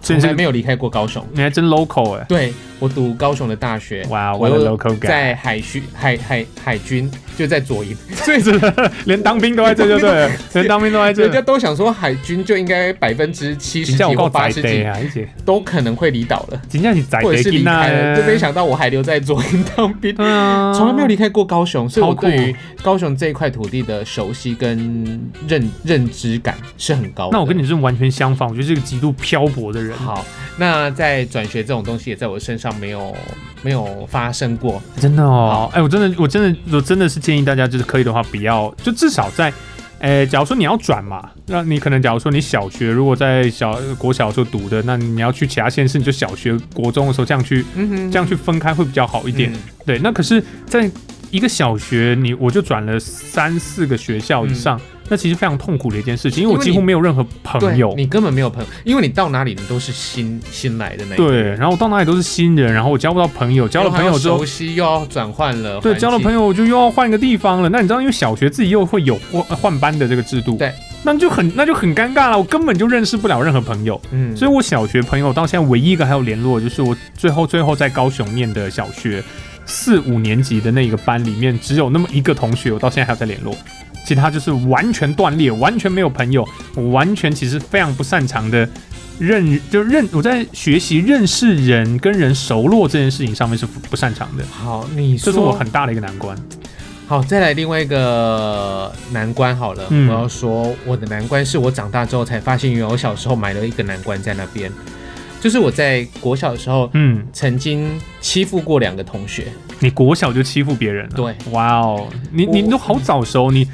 [SPEAKER 2] 从
[SPEAKER 1] 真是
[SPEAKER 2] 来没有离开过高雄。
[SPEAKER 1] 你还真 local 哎、
[SPEAKER 2] 对我读高雄的大学，
[SPEAKER 1] 哇，
[SPEAKER 2] 我
[SPEAKER 1] 我的
[SPEAKER 2] 又
[SPEAKER 1] local guy，
[SPEAKER 2] 在海军海海海军就在左营，
[SPEAKER 1] 所以是连当兵都在这就对了，连当兵都在
[SPEAKER 2] 人家
[SPEAKER 1] 这。
[SPEAKER 2] 都想说海军就应该百分之七十
[SPEAKER 1] 请叫
[SPEAKER 2] 几
[SPEAKER 1] 我
[SPEAKER 2] 或
[SPEAKER 1] 告
[SPEAKER 2] 八
[SPEAKER 1] 宅
[SPEAKER 2] 十
[SPEAKER 1] 得
[SPEAKER 2] 几
[SPEAKER 1] 啊，一姐，
[SPEAKER 2] 都可能会离岛了，
[SPEAKER 1] 请叫你宅
[SPEAKER 2] 或者
[SPEAKER 1] 得
[SPEAKER 2] 是离
[SPEAKER 1] 囡仔
[SPEAKER 2] 开了，就没
[SPEAKER 1] 欸，
[SPEAKER 2] 想到我还留在左营当 兵。
[SPEAKER 1] 对啊，
[SPEAKER 2] 从来没有离开过高雄，所以我
[SPEAKER 1] 超酷
[SPEAKER 2] 对于高雄这一块土地的熟悉跟认认知感是很高的。
[SPEAKER 1] 那我跟你是完全相反，我就是一个极度漂泊的人。
[SPEAKER 2] 好，那在转学这种东西也在我身上没有没有发生过。
[SPEAKER 1] 真的哦，哎、我真的，我真的，我真的是建议大家，就是可以的话，不要，就至少在，哎、假如说你要转嘛，那你可能假如说你小学如果在小呃国小的时候读的，那你要去其他县市，你就小学、国中的时候这样去
[SPEAKER 2] 嗯哼
[SPEAKER 1] 这样去分开会比较好一
[SPEAKER 2] 一
[SPEAKER 1] 点。对，那可是，在一个小学你我就转了三四个学校以上，那其实非常痛苦的一件事嗯情，因为我
[SPEAKER 2] 因为
[SPEAKER 1] 几
[SPEAKER 2] 你
[SPEAKER 1] 乎没有任何朋友
[SPEAKER 2] 对。你根本没有朋友，因为你到哪里你都是新新来的那一个
[SPEAKER 1] 对，，然后到哪里都是新人，然后我交不到朋友，交了朋友之
[SPEAKER 2] 然
[SPEAKER 1] 后
[SPEAKER 2] 后还要熟悉又要转换了，
[SPEAKER 1] 对，交了朋
[SPEAKER 2] 友，
[SPEAKER 1] 友我就又要换一个地方了。那你知道，因为小学自己又会有换换班的这个制度，
[SPEAKER 2] 对，
[SPEAKER 1] 那就很那就很尴尬了。我根本就认识不了任何朋友，
[SPEAKER 2] 嗯
[SPEAKER 1] 所以我小学朋友到现在唯一一个还有联络，就是我最后最后在高雄念的小学四五年级的那一个班里面，只有那么一个同学，我到现在还有在联络。其他就是完全断裂，完全没有朋友，我完全其实非常不擅长的认就认我在学习认识人跟人熟络这件事情上面是不不擅长的，
[SPEAKER 2] 好，你
[SPEAKER 1] 这
[SPEAKER 2] 说
[SPEAKER 1] 是我很大的一个难关。
[SPEAKER 2] 好，再来另外一个难关好了，
[SPEAKER 1] 嗯
[SPEAKER 2] 我要说我的难关是我长大之后才发现，原来我小时候埋了一个难关在那边，就是我在国小的时候
[SPEAKER 1] 嗯，
[SPEAKER 2] 曾经欺负过两个同学，
[SPEAKER 1] 你国小就欺负别人了，
[SPEAKER 2] 对，
[SPEAKER 1] 哇哦，你
[SPEAKER 2] 我
[SPEAKER 1] 你都好早熟，你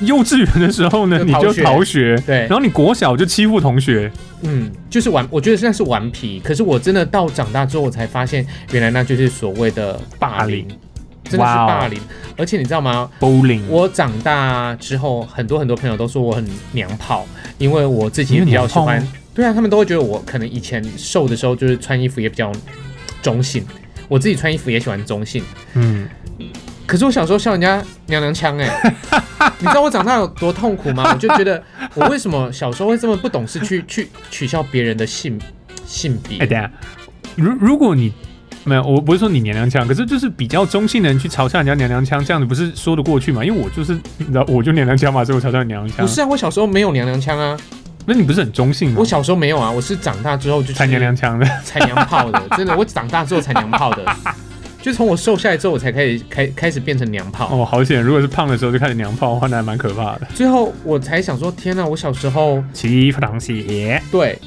[SPEAKER 1] 幼稚园的时候呢
[SPEAKER 2] 就
[SPEAKER 1] 你就
[SPEAKER 2] 逃学
[SPEAKER 1] 逃学，
[SPEAKER 2] 对
[SPEAKER 1] 然，后你国小就欺负同学，
[SPEAKER 2] 嗯，就是顽，我觉得那是顽皮。可是我真的到长大之后，我才发现原来那就是所谓的霸凌，真的是
[SPEAKER 1] 哇哦嗯
[SPEAKER 2] 霸凌。而且你知道吗？
[SPEAKER 1] bowling，
[SPEAKER 2] 我长大之后，很多很多朋友都说我很娘炮，因为我自
[SPEAKER 1] 你
[SPEAKER 2] 己也
[SPEAKER 1] 是
[SPEAKER 2] 比较
[SPEAKER 1] 娘
[SPEAKER 2] 喜
[SPEAKER 1] 炮
[SPEAKER 2] 欢
[SPEAKER 1] 吗。
[SPEAKER 2] 对啊，他们都会觉得我可能以前瘦的时候，就是穿衣服也比较中性。我自己穿衣服也喜欢中性，
[SPEAKER 1] 嗯，
[SPEAKER 2] 可是我小时候笑人家娘娘腔哎、 你知道我长大有多痛苦吗？我就觉得我为什么小时候会这么不懂事去去取笑别人的性性
[SPEAKER 1] 哎，
[SPEAKER 2] 别？
[SPEAKER 1] 等一下，如如果你没有，我不是说你娘娘腔，可是就是比较中性的人去嘲笑人家娘娘腔，这样子不是说得过去嘛？因为我就是，你知道，我就娘娘腔嘛，所以我嘲笑你娘娘腔。
[SPEAKER 2] 不是啊，我小时候没有娘娘腔啊，
[SPEAKER 1] 那你不是很中性吗
[SPEAKER 2] 我？小时候没有啊，我是长大之后就是
[SPEAKER 1] 才嗯娘娘腔的，
[SPEAKER 2] 才娘炮的，真的，我长大之后才娘炮的，就从我瘦下来之后，我才开始开开始变成娘炮。
[SPEAKER 1] 哦，好险！如果是胖的时候就开始娘炮的话，那还蛮可怕的。
[SPEAKER 2] 最后我才想说，天哪、啊我小时候
[SPEAKER 1] 欺负同学，
[SPEAKER 2] 对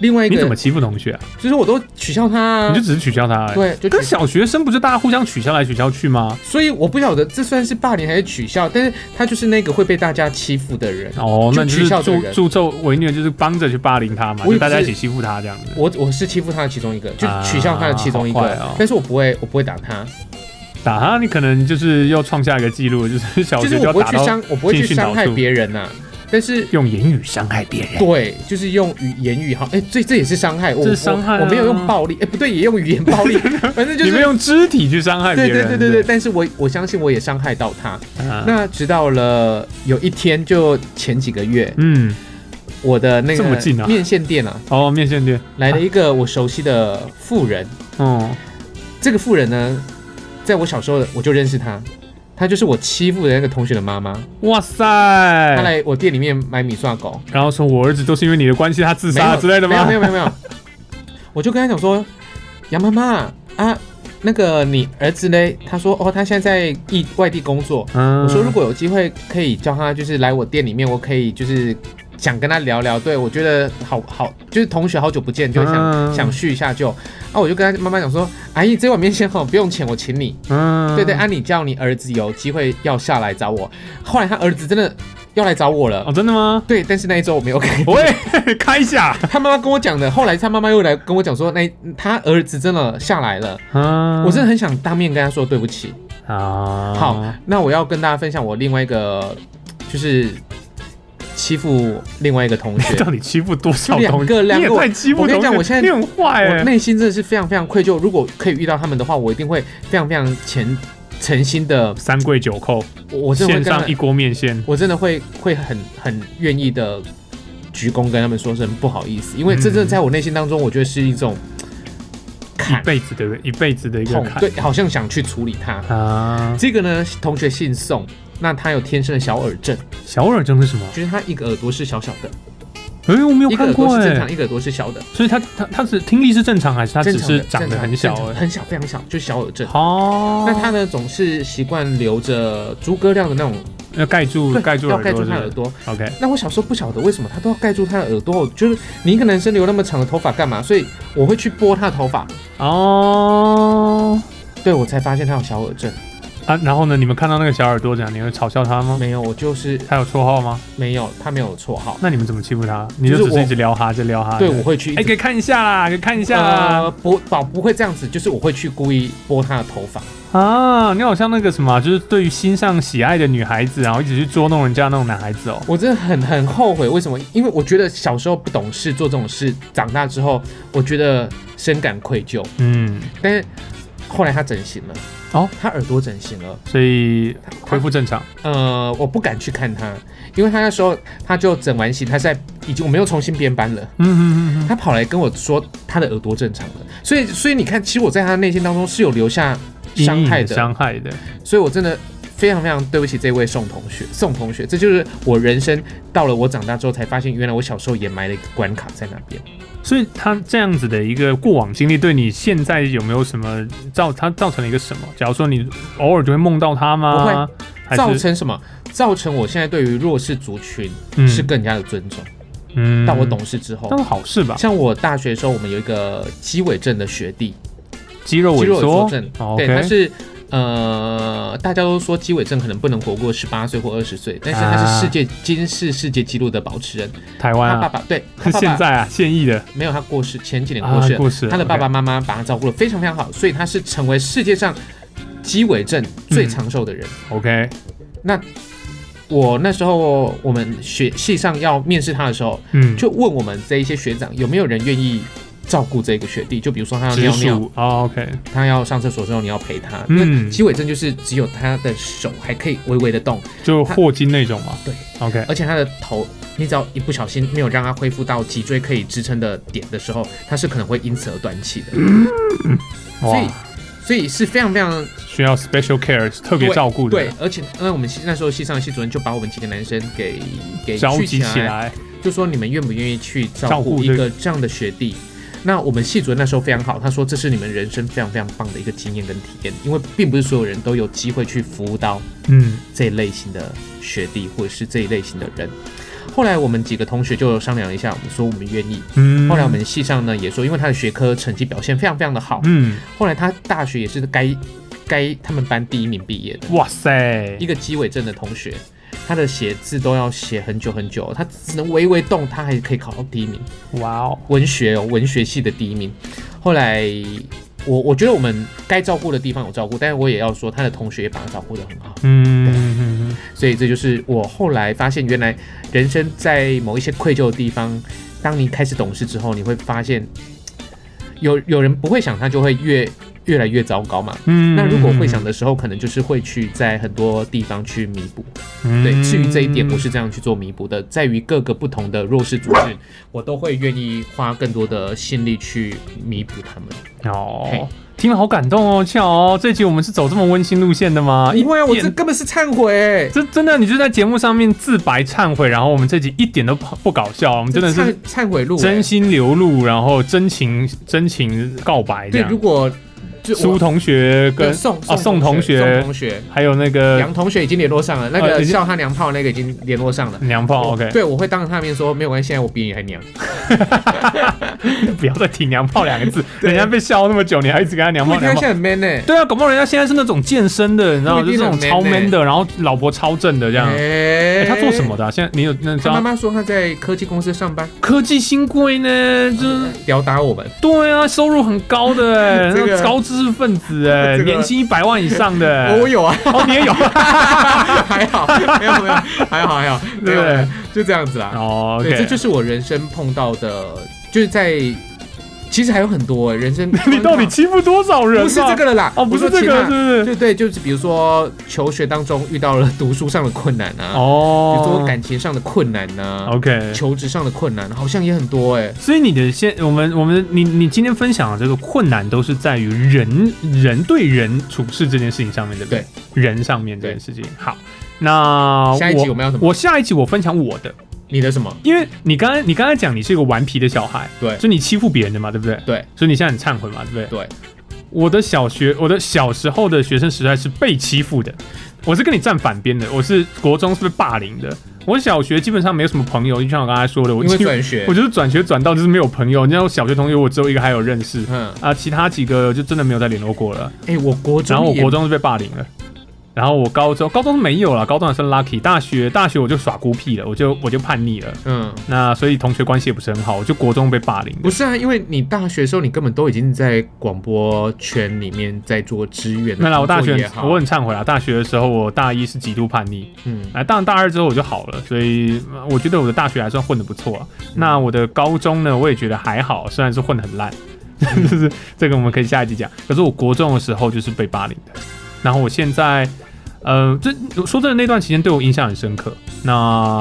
[SPEAKER 2] 另外一
[SPEAKER 1] 你怎么
[SPEAKER 2] 个，
[SPEAKER 1] 欺负同学啊？
[SPEAKER 2] 就是我都取笑他、啊
[SPEAKER 1] 你就，只是取笑他而已。
[SPEAKER 2] 对，就
[SPEAKER 1] 跟
[SPEAKER 2] 取
[SPEAKER 1] 小学生不是大家互相取消来取消去吗？
[SPEAKER 2] 所以我不晓得这算是霸凌还是取笑，但是他就是那个会被大家欺负的人。
[SPEAKER 1] 哦，那
[SPEAKER 2] 就
[SPEAKER 1] 你就
[SPEAKER 2] 取
[SPEAKER 1] 是
[SPEAKER 2] 笑这个
[SPEAKER 1] 助
[SPEAKER 2] 人
[SPEAKER 1] 助纣为虐，就是帮着去霸凌他嘛，
[SPEAKER 2] 我也不
[SPEAKER 1] 就是大家一起欺负他这样子。
[SPEAKER 2] 我我是欺负他的其中一个，就
[SPEAKER 1] 啊
[SPEAKER 2] 取笑他的其中一个，
[SPEAKER 1] 好坏哦
[SPEAKER 2] 但是我不会，我不会打他，
[SPEAKER 1] 打他，你可能就是要创下一个记录，就是小
[SPEAKER 2] 就是
[SPEAKER 1] 学
[SPEAKER 2] 我
[SPEAKER 1] 要
[SPEAKER 2] 不会
[SPEAKER 1] 打
[SPEAKER 2] 去
[SPEAKER 1] 到
[SPEAKER 2] 伤，我不会去伤害别人呐、啊但是
[SPEAKER 1] 用言语伤害别人。
[SPEAKER 2] 对，就是用语言语哈，哎、这这也是伤害，我
[SPEAKER 1] 这是伤害啊
[SPEAKER 2] 我，我没有用暴力，哎、不对，也用语言 暴力，反正就
[SPEAKER 1] 你
[SPEAKER 2] 是
[SPEAKER 1] 们用肢体去伤害别
[SPEAKER 2] 对对
[SPEAKER 1] 人，
[SPEAKER 2] 对对对，但是我我相信我也伤害到他。
[SPEAKER 1] 对啊
[SPEAKER 2] 那直到了有一天，就前几个月，
[SPEAKER 1] 嗯，
[SPEAKER 2] 我的那
[SPEAKER 1] 这么近
[SPEAKER 2] 个
[SPEAKER 1] 啊
[SPEAKER 2] 面线店啊，
[SPEAKER 1] 哦，面线店，
[SPEAKER 2] 来了一个我熟悉的富人。
[SPEAKER 1] 哦，
[SPEAKER 2] 这个富人呢，在我小时候我就认识他，他就是我欺负的那个同学的妈妈。
[SPEAKER 1] 哇塞，哎
[SPEAKER 2] 他来我店里面买米刷狗，
[SPEAKER 1] 然后说我儿子都是因为你的关系他自杀之类的吗？
[SPEAKER 2] 没有没有没有没有，我就跟他讲说，杨妈妈啊，那个你儿子呢？他说哦，他现在在异外地工作。
[SPEAKER 1] 嗯，
[SPEAKER 2] 我说如果有机会可以叫他就是来我店里面，我可以就是想跟他聊聊。对我觉得好好就是同学好久不见，就会想、
[SPEAKER 1] 嗯
[SPEAKER 2] 想叙一下就。啊，我就跟他妈妈讲说，阿姨这碗面线好，不用钱，我请你。
[SPEAKER 1] 嗯，
[SPEAKER 2] 对对，啊，你叫你儿子有机会要下来找我。后来他儿子真的要来找我了。
[SPEAKER 1] 哦，真哦的吗？
[SPEAKER 2] 对，但是那一周我没有开。
[SPEAKER 1] 喂， 开一下，
[SPEAKER 2] 他妈妈跟我讲的，后来他妈妈又来跟我讲说，那他儿子真的下来了，
[SPEAKER 1] 啊
[SPEAKER 2] 我真的很想当面跟他说对不起。
[SPEAKER 1] 啊，
[SPEAKER 2] 好，那我要跟大家分享我另外一个，就是欺负另外一个同 学。
[SPEAKER 1] 到底欺负多少
[SPEAKER 2] 两
[SPEAKER 1] 同
[SPEAKER 2] 个
[SPEAKER 1] 学？
[SPEAKER 2] 两
[SPEAKER 1] 你也
[SPEAKER 2] 个
[SPEAKER 1] 太欺负
[SPEAKER 2] 我跟你
[SPEAKER 1] 同
[SPEAKER 2] 讲
[SPEAKER 1] 学
[SPEAKER 2] 我现在
[SPEAKER 1] 你很坏
[SPEAKER 2] 我
[SPEAKER 1] 哎，
[SPEAKER 2] 内心真的是非常非常愧疚，如果可以遇到他们的话，我一定会非常非常虔诚心的，
[SPEAKER 1] 三跪九叩，
[SPEAKER 2] 我我真的
[SPEAKER 1] 献
[SPEAKER 2] 会跟他
[SPEAKER 1] 上一锅面线，
[SPEAKER 2] 我真的会会很很愿意的鞠躬跟他们说声不好意思，因为这真的在我内心当中，我觉得是一种
[SPEAKER 1] 一
[SPEAKER 2] 坎
[SPEAKER 1] 辈子的一辈子的一个
[SPEAKER 2] 痛，
[SPEAKER 1] 坎
[SPEAKER 2] 对，好像想去处理它。
[SPEAKER 1] 啊。
[SPEAKER 2] 这个呢，同学姓宋，那他有天生的小耳症，
[SPEAKER 1] 小耳症是什么？
[SPEAKER 2] 就是他一个耳朵是小小的，
[SPEAKER 1] 哎，我没有
[SPEAKER 2] 一个
[SPEAKER 1] 看
[SPEAKER 2] 耳朵
[SPEAKER 1] 过
[SPEAKER 2] 是正
[SPEAKER 1] 哎
[SPEAKER 2] 常，，一个耳朵是小的，
[SPEAKER 1] 所以他他他是听力是正常还是他只
[SPEAKER 2] 正常
[SPEAKER 1] 是
[SPEAKER 2] 的
[SPEAKER 1] 长得
[SPEAKER 2] 正常
[SPEAKER 1] 很小
[SPEAKER 2] 正常
[SPEAKER 1] 而已？
[SPEAKER 2] 很小，非常小，就是小耳症。
[SPEAKER 1] 哦，
[SPEAKER 2] 那他呢，总是习惯留着诸葛亮的那种，
[SPEAKER 1] 要盖住
[SPEAKER 2] 对
[SPEAKER 1] 盖住
[SPEAKER 2] 要
[SPEAKER 1] 耳
[SPEAKER 2] 盖
[SPEAKER 1] 朵
[SPEAKER 2] 住
[SPEAKER 1] 是
[SPEAKER 2] 他
[SPEAKER 1] 不
[SPEAKER 2] 耳
[SPEAKER 1] 是
[SPEAKER 2] 朵。
[SPEAKER 1] ，OK，
[SPEAKER 2] 那我小时候不晓得为什么他都要盖住他的耳朵，我就是你一个男生留那么长的头发干嘛？所以我会去拨他的头发，
[SPEAKER 1] 哦
[SPEAKER 2] 对我才发现他有小耳症。
[SPEAKER 1] 啊，然后呢？你们看到那个小耳朵怎样？你会嘲笑他吗？
[SPEAKER 2] 没有，我就是
[SPEAKER 1] 他有绰号吗？
[SPEAKER 2] 没有，他没有绰号。
[SPEAKER 1] 那你们怎么欺负他？你
[SPEAKER 2] 就是
[SPEAKER 1] 就只是
[SPEAKER 2] 我
[SPEAKER 1] 一直撩他，就撩他。
[SPEAKER 2] 对，我会去
[SPEAKER 1] 哎，
[SPEAKER 2] 一直
[SPEAKER 1] 给看一下啦，给看一下啊
[SPEAKER 2] 呃
[SPEAKER 1] 啦。
[SPEAKER 2] 不宝不会这样子，就是我会去故意拨他的头发。
[SPEAKER 1] 啊，你好像那个什么，就是对于心上啊喜爱的女孩子，然后一直去捉弄人家那种男孩子哦。
[SPEAKER 2] 我真的很很后悔，为什么？因为我觉得小时候不懂事做这种事，长大之后我觉得深感愧疚。
[SPEAKER 1] 嗯，
[SPEAKER 2] 但是后来他整形了，
[SPEAKER 1] 哦，
[SPEAKER 2] 他耳朵整形了，
[SPEAKER 1] 所以
[SPEAKER 2] 他
[SPEAKER 1] 恢复正常。
[SPEAKER 2] 呃，我不敢去看他，因为他那时候他就整完形，他现在已经我们又重新编班了。
[SPEAKER 1] 嗯嗯嗯嗯。
[SPEAKER 2] 他跑来跟我说他的耳朵正常了，所以所以你看，其实我在他内心当中是有留下伤
[SPEAKER 1] 阴
[SPEAKER 2] 害
[SPEAKER 1] 影
[SPEAKER 2] 的，
[SPEAKER 1] 嗯伤害的，
[SPEAKER 2] 所以我真的非常非常对不起这位宋同学，宋同学，这就是我人生到了我长大之后才发现，原来我小时候也埋了一个关卡在那边。
[SPEAKER 1] 所以他这样子的一个过往经历，对你现在有没有什么造？他造成了一个什么？假如说你偶尔就会梦到他吗？还
[SPEAKER 2] 造
[SPEAKER 1] 是
[SPEAKER 2] 成什么？造成我现在对于弱势族群
[SPEAKER 1] 嗯
[SPEAKER 2] 是更加的尊重。
[SPEAKER 1] 嗯
[SPEAKER 2] 到我懂，事之后
[SPEAKER 1] 那，是好事吧？
[SPEAKER 2] 像我大学的时候，我们有一个肌尾症的学弟，
[SPEAKER 1] 肌肉
[SPEAKER 2] 肌
[SPEAKER 1] 萎
[SPEAKER 2] 肉
[SPEAKER 1] 缩
[SPEAKER 2] 作症，
[SPEAKER 1] 哦
[SPEAKER 2] 对，
[SPEAKER 1] ，OK
[SPEAKER 2] 他是呃，大家都说肌尾症可能不能活过十八岁或二十岁，但是他
[SPEAKER 1] 啊
[SPEAKER 2] 是世界、金氏世界纪录的保持人。
[SPEAKER 1] 台湾啊，
[SPEAKER 2] 他爸爸 对，他爸
[SPEAKER 1] 现
[SPEAKER 2] 爸
[SPEAKER 1] 在啊，现役的
[SPEAKER 2] 没有他过世，前几年
[SPEAKER 1] 啊
[SPEAKER 2] 过世，
[SPEAKER 1] 故事，
[SPEAKER 2] 他的
[SPEAKER 1] OK
[SPEAKER 2] 爸爸妈妈把他照顾得非常非常好，所以他是成为世界上肌尾症
[SPEAKER 1] 嗯
[SPEAKER 2] 最长寿的人。
[SPEAKER 1] ，OK，
[SPEAKER 2] 我那时候我们学系上要面试他的时候，
[SPEAKER 1] 嗯，
[SPEAKER 2] 就问我们这一些学长有没有人愿意照顾这个学弟，就比如说他要
[SPEAKER 1] 直
[SPEAKER 2] 尿尿，
[SPEAKER 1] 属哦，OK，
[SPEAKER 2] 他要上厕所的时候你要陪他，
[SPEAKER 1] 嗯
[SPEAKER 2] 因为肌尾症就是只有他的手还可以微微的动，
[SPEAKER 1] 就
[SPEAKER 2] 他
[SPEAKER 1] 霍金那种嘛，
[SPEAKER 2] 对
[SPEAKER 1] ，OK，
[SPEAKER 2] 而且他的头，你只要一不小心没有让他恢复到脊椎可以支撑的点的时候，他是可能会因此而断气的，所以
[SPEAKER 1] 嗯哇，
[SPEAKER 2] 所以是非常非常
[SPEAKER 1] 需要 special care 特别照顾的，
[SPEAKER 2] 对，，而且因为我们系那时候系上的系主任就把我们几个男生给给
[SPEAKER 1] 召
[SPEAKER 2] 聚
[SPEAKER 1] 集起
[SPEAKER 2] 来，
[SPEAKER 1] 来，
[SPEAKER 2] 就说你们愿不愿意去
[SPEAKER 1] 照
[SPEAKER 2] 照
[SPEAKER 1] 顾
[SPEAKER 2] 顾一
[SPEAKER 1] 这
[SPEAKER 2] 个这样的学弟？那我们系主任那时候非常好，他说这是你们人生非常非常棒的一个经验跟体验，因为并不是所有人都有机会去服务到
[SPEAKER 1] 嗯，
[SPEAKER 2] 这一类型的学弟或者是这一类型的人。后来我们几个同学就商量一下，我们说我们愿意。
[SPEAKER 1] 嗯，
[SPEAKER 2] 后来我们系上呢也说，因为他的学科成绩表现非常非常的好，
[SPEAKER 1] 嗯，
[SPEAKER 2] 后来他大学也是该该他们班第一名毕业的。
[SPEAKER 1] 哇塞
[SPEAKER 2] 一，个肌尾症的同学，他的写字都要写很久很久，他只能微微动，他还可以考到第一名，
[SPEAKER 1] 哇哦，
[SPEAKER 2] 文学哦，文学系的第一名。后来我我觉得我们该照顾的地方有照顾，但是我也要说他的同学也把他照顾得很好。
[SPEAKER 1] 嗯嗯嗯嗯
[SPEAKER 2] 所以这就是我后来发现，原来人生在某一些愧疚的地方，当你开始懂事之后，你会发现，有有人不会想，他就会越越来越糟糕嘛。
[SPEAKER 1] 嗯
[SPEAKER 2] 那如果会想的时候，可能就是会去在很多地方去弥补。对，至于这一点，我是这样去做弥补的，在于各个不同的弱势族群，我都会愿意花更多的心力去弥补他们。
[SPEAKER 1] 哦，听了好感动哦，巧哦，这集我们是走这么温馨路线的吗？一
[SPEAKER 2] 为啊，我
[SPEAKER 1] 点
[SPEAKER 2] 这根本是忏悔、欸，
[SPEAKER 1] 这真的，你就在节目上面自白忏悔，然后我们这集一点都不不搞笑，我们真的
[SPEAKER 2] 这
[SPEAKER 1] 是
[SPEAKER 2] 忏忏悔录、欸，
[SPEAKER 1] 真心流露，然后真情真情告白这
[SPEAKER 2] 对。如
[SPEAKER 1] 样。
[SPEAKER 2] 果 就我
[SPEAKER 1] 苏同学
[SPEAKER 2] 对
[SPEAKER 1] 跟
[SPEAKER 2] 宋
[SPEAKER 1] 啊宋同
[SPEAKER 2] 同宋
[SPEAKER 1] 学，
[SPEAKER 2] 同学。
[SPEAKER 1] 还有那个
[SPEAKER 2] 杨同学已经联络上了，那
[SPEAKER 1] 呃已
[SPEAKER 2] 个
[SPEAKER 1] 经
[SPEAKER 2] 笑他娘炮那个已经联络上了。
[SPEAKER 1] 娘炮，OK，
[SPEAKER 2] 对，我会当着他面说没有关系，现在我比你还娘。
[SPEAKER 1] 不要再提娘炮两个 字，
[SPEAKER 2] 对
[SPEAKER 1] 人家被笑那么久，你还一直跟他娘
[SPEAKER 2] 因为
[SPEAKER 1] 炮
[SPEAKER 2] 他
[SPEAKER 1] 娘炮。
[SPEAKER 2] 现在很 man 呢、欸，
[SPEAKER 1] 对啊，搞不好人家现在是那种健身的，你知道吗，
[SPEAKER 2] 不
[SPEAKER 1] 就
[SPEAKER 2] 一
[SPEAKER 1] 是
[SPEAKER 2] 定
[SPEAKER 1] 那种
[SPEAKER 2] 很
[SPEAKER 1] 超
[SPEAKER 2] man
[SPEAKER 1] man 的，然后老婆超正的这样。
[SPEAKER 2] 哎
[SPEAKER 1] 哎，他做什么？的啊？现在你有那知
[SPEAKER 2] 他妈
[SPEAKER 1] 道
[SPEAKER 2] 妈说他在科技公司上班，
[SPEAKER 1] 科技新贵呢？就是
[SPEAKER 2] 吊打我们。
[SPEAKER 1] 对啊，收入很高的 哎，
[SPEAKER 2] 这个
[SPEAKER 1] 那高知识分子哎，
[SPEAKER 2] 这个
[SPEAKER 1] 年薪一百万以上的 哎。
[SPEAKER 2] 我有啊，
[SPEAKER 1] 哦，你也有
[SPEAKER 2] 还好，没有没有，还好还好，没有，
[SPEAKER 1] 对
[SPEAKER 2] 就这样子啦。
[SPEAKER 1] 哦
[SPEAKER 2] 对，这
[SPEAKER 1] ，OK，。
[SPEAKER 2] 就是我人生碰到的，就是在其实还有很多、欸、人生
[SPEAKER 1] 你到底欺负多少人？
[SPEAKER 2] 不是这个。了啦？
[SPEAKER 1] 哦，不是这个，是不是？
[SPEAKER 2] 对对，就是比如说求学当中遇到了读书上的困难啊，比
[SPEAKER 1] 哦，
[SPEAKER 2] 如说感情上的困难呐、
[SPEAKER 1] OK。
[SPEAKER 2] 求职上的困难，好像也很多哎、
[SPEAKER 1] 所以你的现，我们我们你你今天分享的这个困难，都是在于人人对人处事这件事情上面，对不对？人上面这件事情。好，那
[SPEAKER 2] 下一集
[SPEAKER 1] 我
[SPEAKER 2] 我们要什么？
[SPEAKER 1] 我下一集我分享我的，
[SPEAKER 2] 你的什么？
[SPEAKER 1] 因为你刚才你刚才讲你是一个顽皮的小孩，
[SPEAKER 2] 对
[SPEAKER 1] 就你欺负别人的嘛，对不对？
[SPEAKER 2] 对，
[SPEAKER 1] 所以你现在很忏悔嘛，对不对？
[SPEAKER 2] 对，
[SPEAKER 1] 我的小学，我的小时候的学生时代是被欺负的，我是跟你站反边的，我是国中是被霸凌的，我小学基本上没有什么朋友，就像我刚才说的，我
[SPEAKER 2] 因为
[SPEAKER 1] 几乎
[SPEAKER 2] 转学
[SPEAKER 1] 我，就是转学转到就是没有朋友，你知道我小学同学我只有一个还有认识。
[SPEAKER 2] 嗯，
[SPEAKER 1] 啊，其他几个就真的没有再联络过了。
[SPEAKER 2] 哎、我国中，
[SPEAKER 1] 然后我国，中是被霸凌了，然后我高中高中是没有了，高中还算 lucky。大学大学我就耍孤僻了，我就我就叛逆了。
[SPEAKER 2] 嗯，
[SPEAKER 1] 那所以同学关系也不是很好，我就国中被霸凌的。
[SPEAKER 2] 不是啊，因为你大学的时候，你根本都已经在广播圈里面在做支援的工作
[SPEAKER 1] 那
[SPEAKER 2] 也好，
[SPEAKER 1] 啦，我大学很我很忏悔啦。大学的时候，我大一是极度叛逆，
[SPEAKER 2] 嗯，
[SPEAKER 1] 啊，当然大二之后我就好了，所以呃我觉得我的大学还算混得不错、啊。那我的高中呢，我也觉得还好，虽然是混得很烂， 就是这个我们可以下一集讲。可是我国中的时候就是被霸凌的，然后我现在。呃，这说真的，那段期间对我印象很深刻。那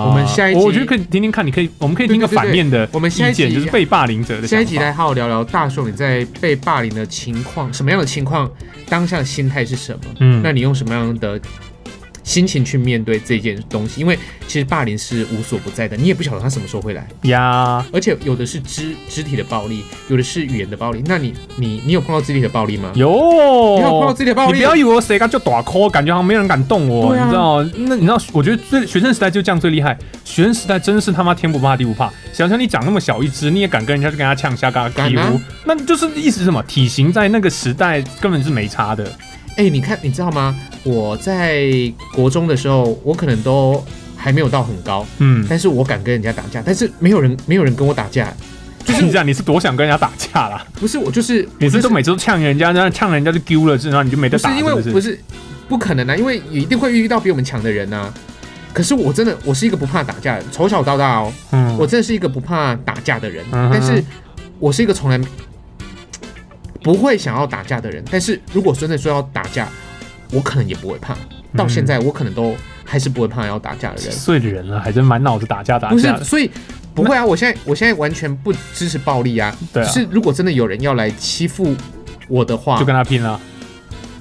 [SPEAKER 1] 我
[SPEAKER 2] 们下一集
[SPEAKER 1] 我觉得可以听听看，你可以，我们可以听个
[SPEAKER 2] 对对对
[SPEAKER 1] 反面的
[SPEAKER 2] 我们下
[SPEAKER 1] 意
[SPEAKER 2] 一集
[SPEAKER 1] 见，就是被霸凌者的
[SPEAKER 2] 下
[SPEAKER 1] 想
[SPEAKER 2] 一集
[SPEAKER 1] 法。
[SPEAKER 2] 来好好聊聊大雄你在被霸凌的情况，什么样的情况，当下的心态是什么？
[SPEAKER 1] 嗯
[SPEAKER 2] 那你用什么样的心情去面对这件东西？因为其实霸凌是无所不在的，你也不晓得他什么时候会来，
[SPEAKER 1] 呀，
[SPEAKER 2] 而且有的是肢肢体的暴力，有的是语言的暴力。那你你你有碰到肢体的暴力吗？
[SPEAKER 1] 有，
[SPEAKER 2] 你有碰到肢体的暴
[SPEAKER 1] 你
[SPEAKER 2] 力？
[SPEAKER 1] 不要以为我谁敢就打 call，感觉好像没有人敢动我，
[SPEAKER 2] 哦对啊
[SPEAKER 1] 你知道？那你知道，我觉得最学生时代就这样最厉害。学生时代真是他妈天不怕地不怕，想想你长那么小一只，你也敢跟人家去跟他呛下嘎皮
[SPEAKER 2] 敢啊
[SPEAKER 1] 肤，那你就是意思是什么？体型在那个时代根本是没差的。
[SPEAKER 2] 哎、你看，你知道吗？我在国中的时候，我可能都还没有到很高，
[SPEAKER 1] 嗯，
[SPEAKER 2] 但是我敢跟人家打架，但是没有人没有人跟我打架，
[SPEAKER 1] 就是你这样，你是多想跟人家打架啦？
[SPEAKER 2] 不是我就是
[SPEAKER 1] 你是
[SPEAKER 2] 我就
[SPEAKER 1] 都每次都呛人家，然后呛人家就丢了，然后你就没得
[SPEAKER 2] 不是
[SPEAKER 1] 打，
[SPEAKER 2] 因为我
[SPEAKER 1] 是
[SPEAKER 2] 不是不可能啊，因为一定会遇到比我们强的人啊。可是我真的，我是一个不怕打架的，从小到大哦，
[SPEAKER 1] 嗯，
[SPEAKER 2] 我真的是一个不怕打架的人。
[SPEAKER 1] 嗯哼
[SPEAKER 2] 但是，我是一个从来不会想要打架的人。但是如果真的说要打架，我可能也不会怕。
[SPEAKER 1] 嗯
[SPEAKER 2] 到现在，我可能都还是不会怕要打架的人。
[SPEAKER 1] 碎的人了，还真满脑子打架打
[SPEAKER 2] 不
[SPEAKER 1] 架
[SPEAKER 2] 是，
[SPEAKER 1] 的，
[SPEAKER 2] 所以不会啊！我现在我现在完全不支持暴力啊。
[SPEAKER 1] 对啊
[SPEAKER 2] 就，是如果真的有人要来欺负我的话，
[SPEAKER 1] 就跟他拼了。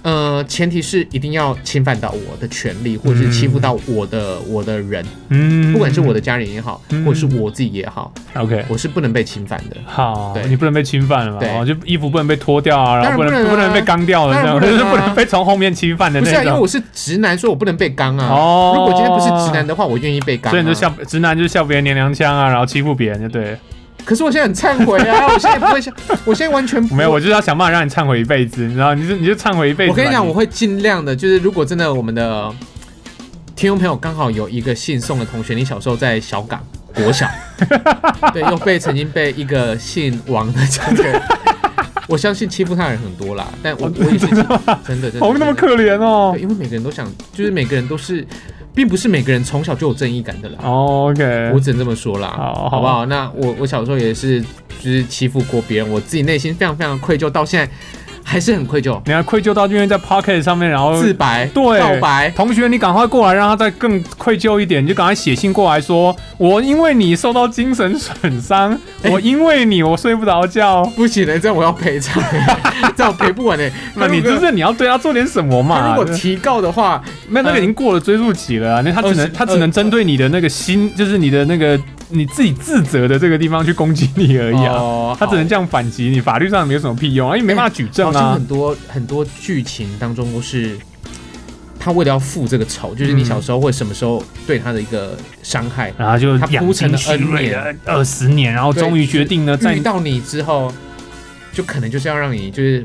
[SPEAKER 2] 呃，前提是一定要侵犯到我的权利，或者是欺负到我的、我的人，
[SPEAKER 1] 嗯，
[SPEAKER 2] 不管是我的家人也好，
[SPEAKER 1] 嗯
[SPEAKER 2] 或者是我自己也好，
[SPEAKER 1] OK。
[SPEAKER 2] 我是不能被侵犯的。
[SPEAKER 1] 好，
[SPEAKER 2] 对
[SPEAKER 1] 你不能被侵犯了嘛，
[SPEAKER 2] 对
[SPEAKER 1] 哦，就衣服不能被脱掉啊，然后
[SPEAKER 2] 当然
[SPEAKER 1] 能
[SPEAKER 2] 不能
[SPEAKER 1] 能
[SPEAKER 2] 啊
[SPEAKER 1] 被刚掉了，这
[SPEAKER 2] 当然
[SPEAKER 1] 样
[SPEAKER 2] 不
[SPEAKER 1] 就是
[SPEAKER 2] 能啊
[SPEAKER 1] 不能被从后面侵犯的
[SPEAKER 2] 不是啊，
[SPEAKER 1] 那
[SPEAKER 2] 因为
[SPEAKER 1] 种。
[SPEAKER 2] 我是直男，所以我不能被刚啊。
[SPEAKER 1] 哦
[SPEAKER 2] 如果今天不是直男的话，我愿意被刚、啊。
[SPEAKER 1] 所以你就笑直男就是笑别人娘娘腔啊，然后欺负别人就对了。
[SPEAKER 2] 可是我现在很忏悔啊！我现在不会笑，我现在完全 不
[SPEAKER 1] 没有，我就是要想办法让你忏悔一辈子，你知道，你就你就忏悔一辈子吧。
[SPEAKER 2] 我跟你讲，我会尽量的，就是如果真的我们的听众朋友刚好有一个姓宋的同学，你小时候在小港 国小，对，又被曾经被一个姓王的 同学，我相信欺负他的人很多啦，
[SPEAKER 1] 哦
[SPEAKER 2] 但我我也是真的真的
[SPEAKER 1] 哦那么
[SPEAKER 2] 真的
[SPEAKER 1] 可怜哦
[SPEAKER 2] 对，。因为每个人都想，就是每个人都是并不是每个人从小就有正义感的啦。
[SPEAKER 1] 哦，OK，
[SPEAKER 2] 我只能这么说啦，
[SPEAKER 1] 好
[SPEAKER 2] 好不好？那我我小时候也是，就是欺负过别人，我自己内心非常非常愧疚，到现在还是很愧疚，
[SPEAKER 1] 你还愧疚到因为在 Pocket 上面，然后
[SPEAKER 2] 自白，
[SPEAKER 1] 对
[SPEAKER 2] 告白，
[SPEAKER 1] 同学，你赶快过来，让他再更愧疚一点，你就赶快写信过来说，我因为你受到精神损伤，
[SPEAKER 2] 哎
[SPEAKER 1] 我因为你我睡不着觉。
[SPEAKER 2] 不行了，这样我要赔偿，这样我赔不 完的。
[SPEAKER 1] 那你就是你要对他做点什么
[SPEAKER 2] 他
[SPEAKER 1] 嘛
[SPEAKER 2] 如？果提告的话，
[SPEAKER 1] 那那个已经过了追溯期了、啊，那他只
[SPEAKER 2] 二
[SPEAKER 1] 能
[SPEAKER 2] 十
[SPEAKER 1] 他只能针对你的那个心，就是你的那个你自己自责的这个地方去攻击你而已啊。
[SPEAKER 2] 哦
[SPEAKER 1] 他只能
[SPEAKER 2] 好
[SPEAKER 1] 这样反击你，法律上没有什么屁用啊，因为没办法举证
[SPEAKER 2] 好像
[SPEAKER 1] 啊。
[SPEAKER 2] 很多很多剧情当中都是他为了要付这个仇，就是你
[SPEAKER 1] 嗯
[SPEAKER 2] 小时候或者什么时候对他的一个伤害，
[SPEAKER 1] 然后就
[SPEAKER 2] 他
[SPEAKER 1] 养
[SPEAKER 2] 铺陈
[SPEAKER 1] 精
[SPEAKER 2] 了
[SPEAKER 1] 蓄
[SPEAKER 2] N
[SPEAKER 1] 锐了二十年，然后
[SPEAKER 2] 啊对嗯
[SPEAKER 1] 终于决定呢，在
[SPEAKER 2] 遇到你之后，就可能就是要让你就是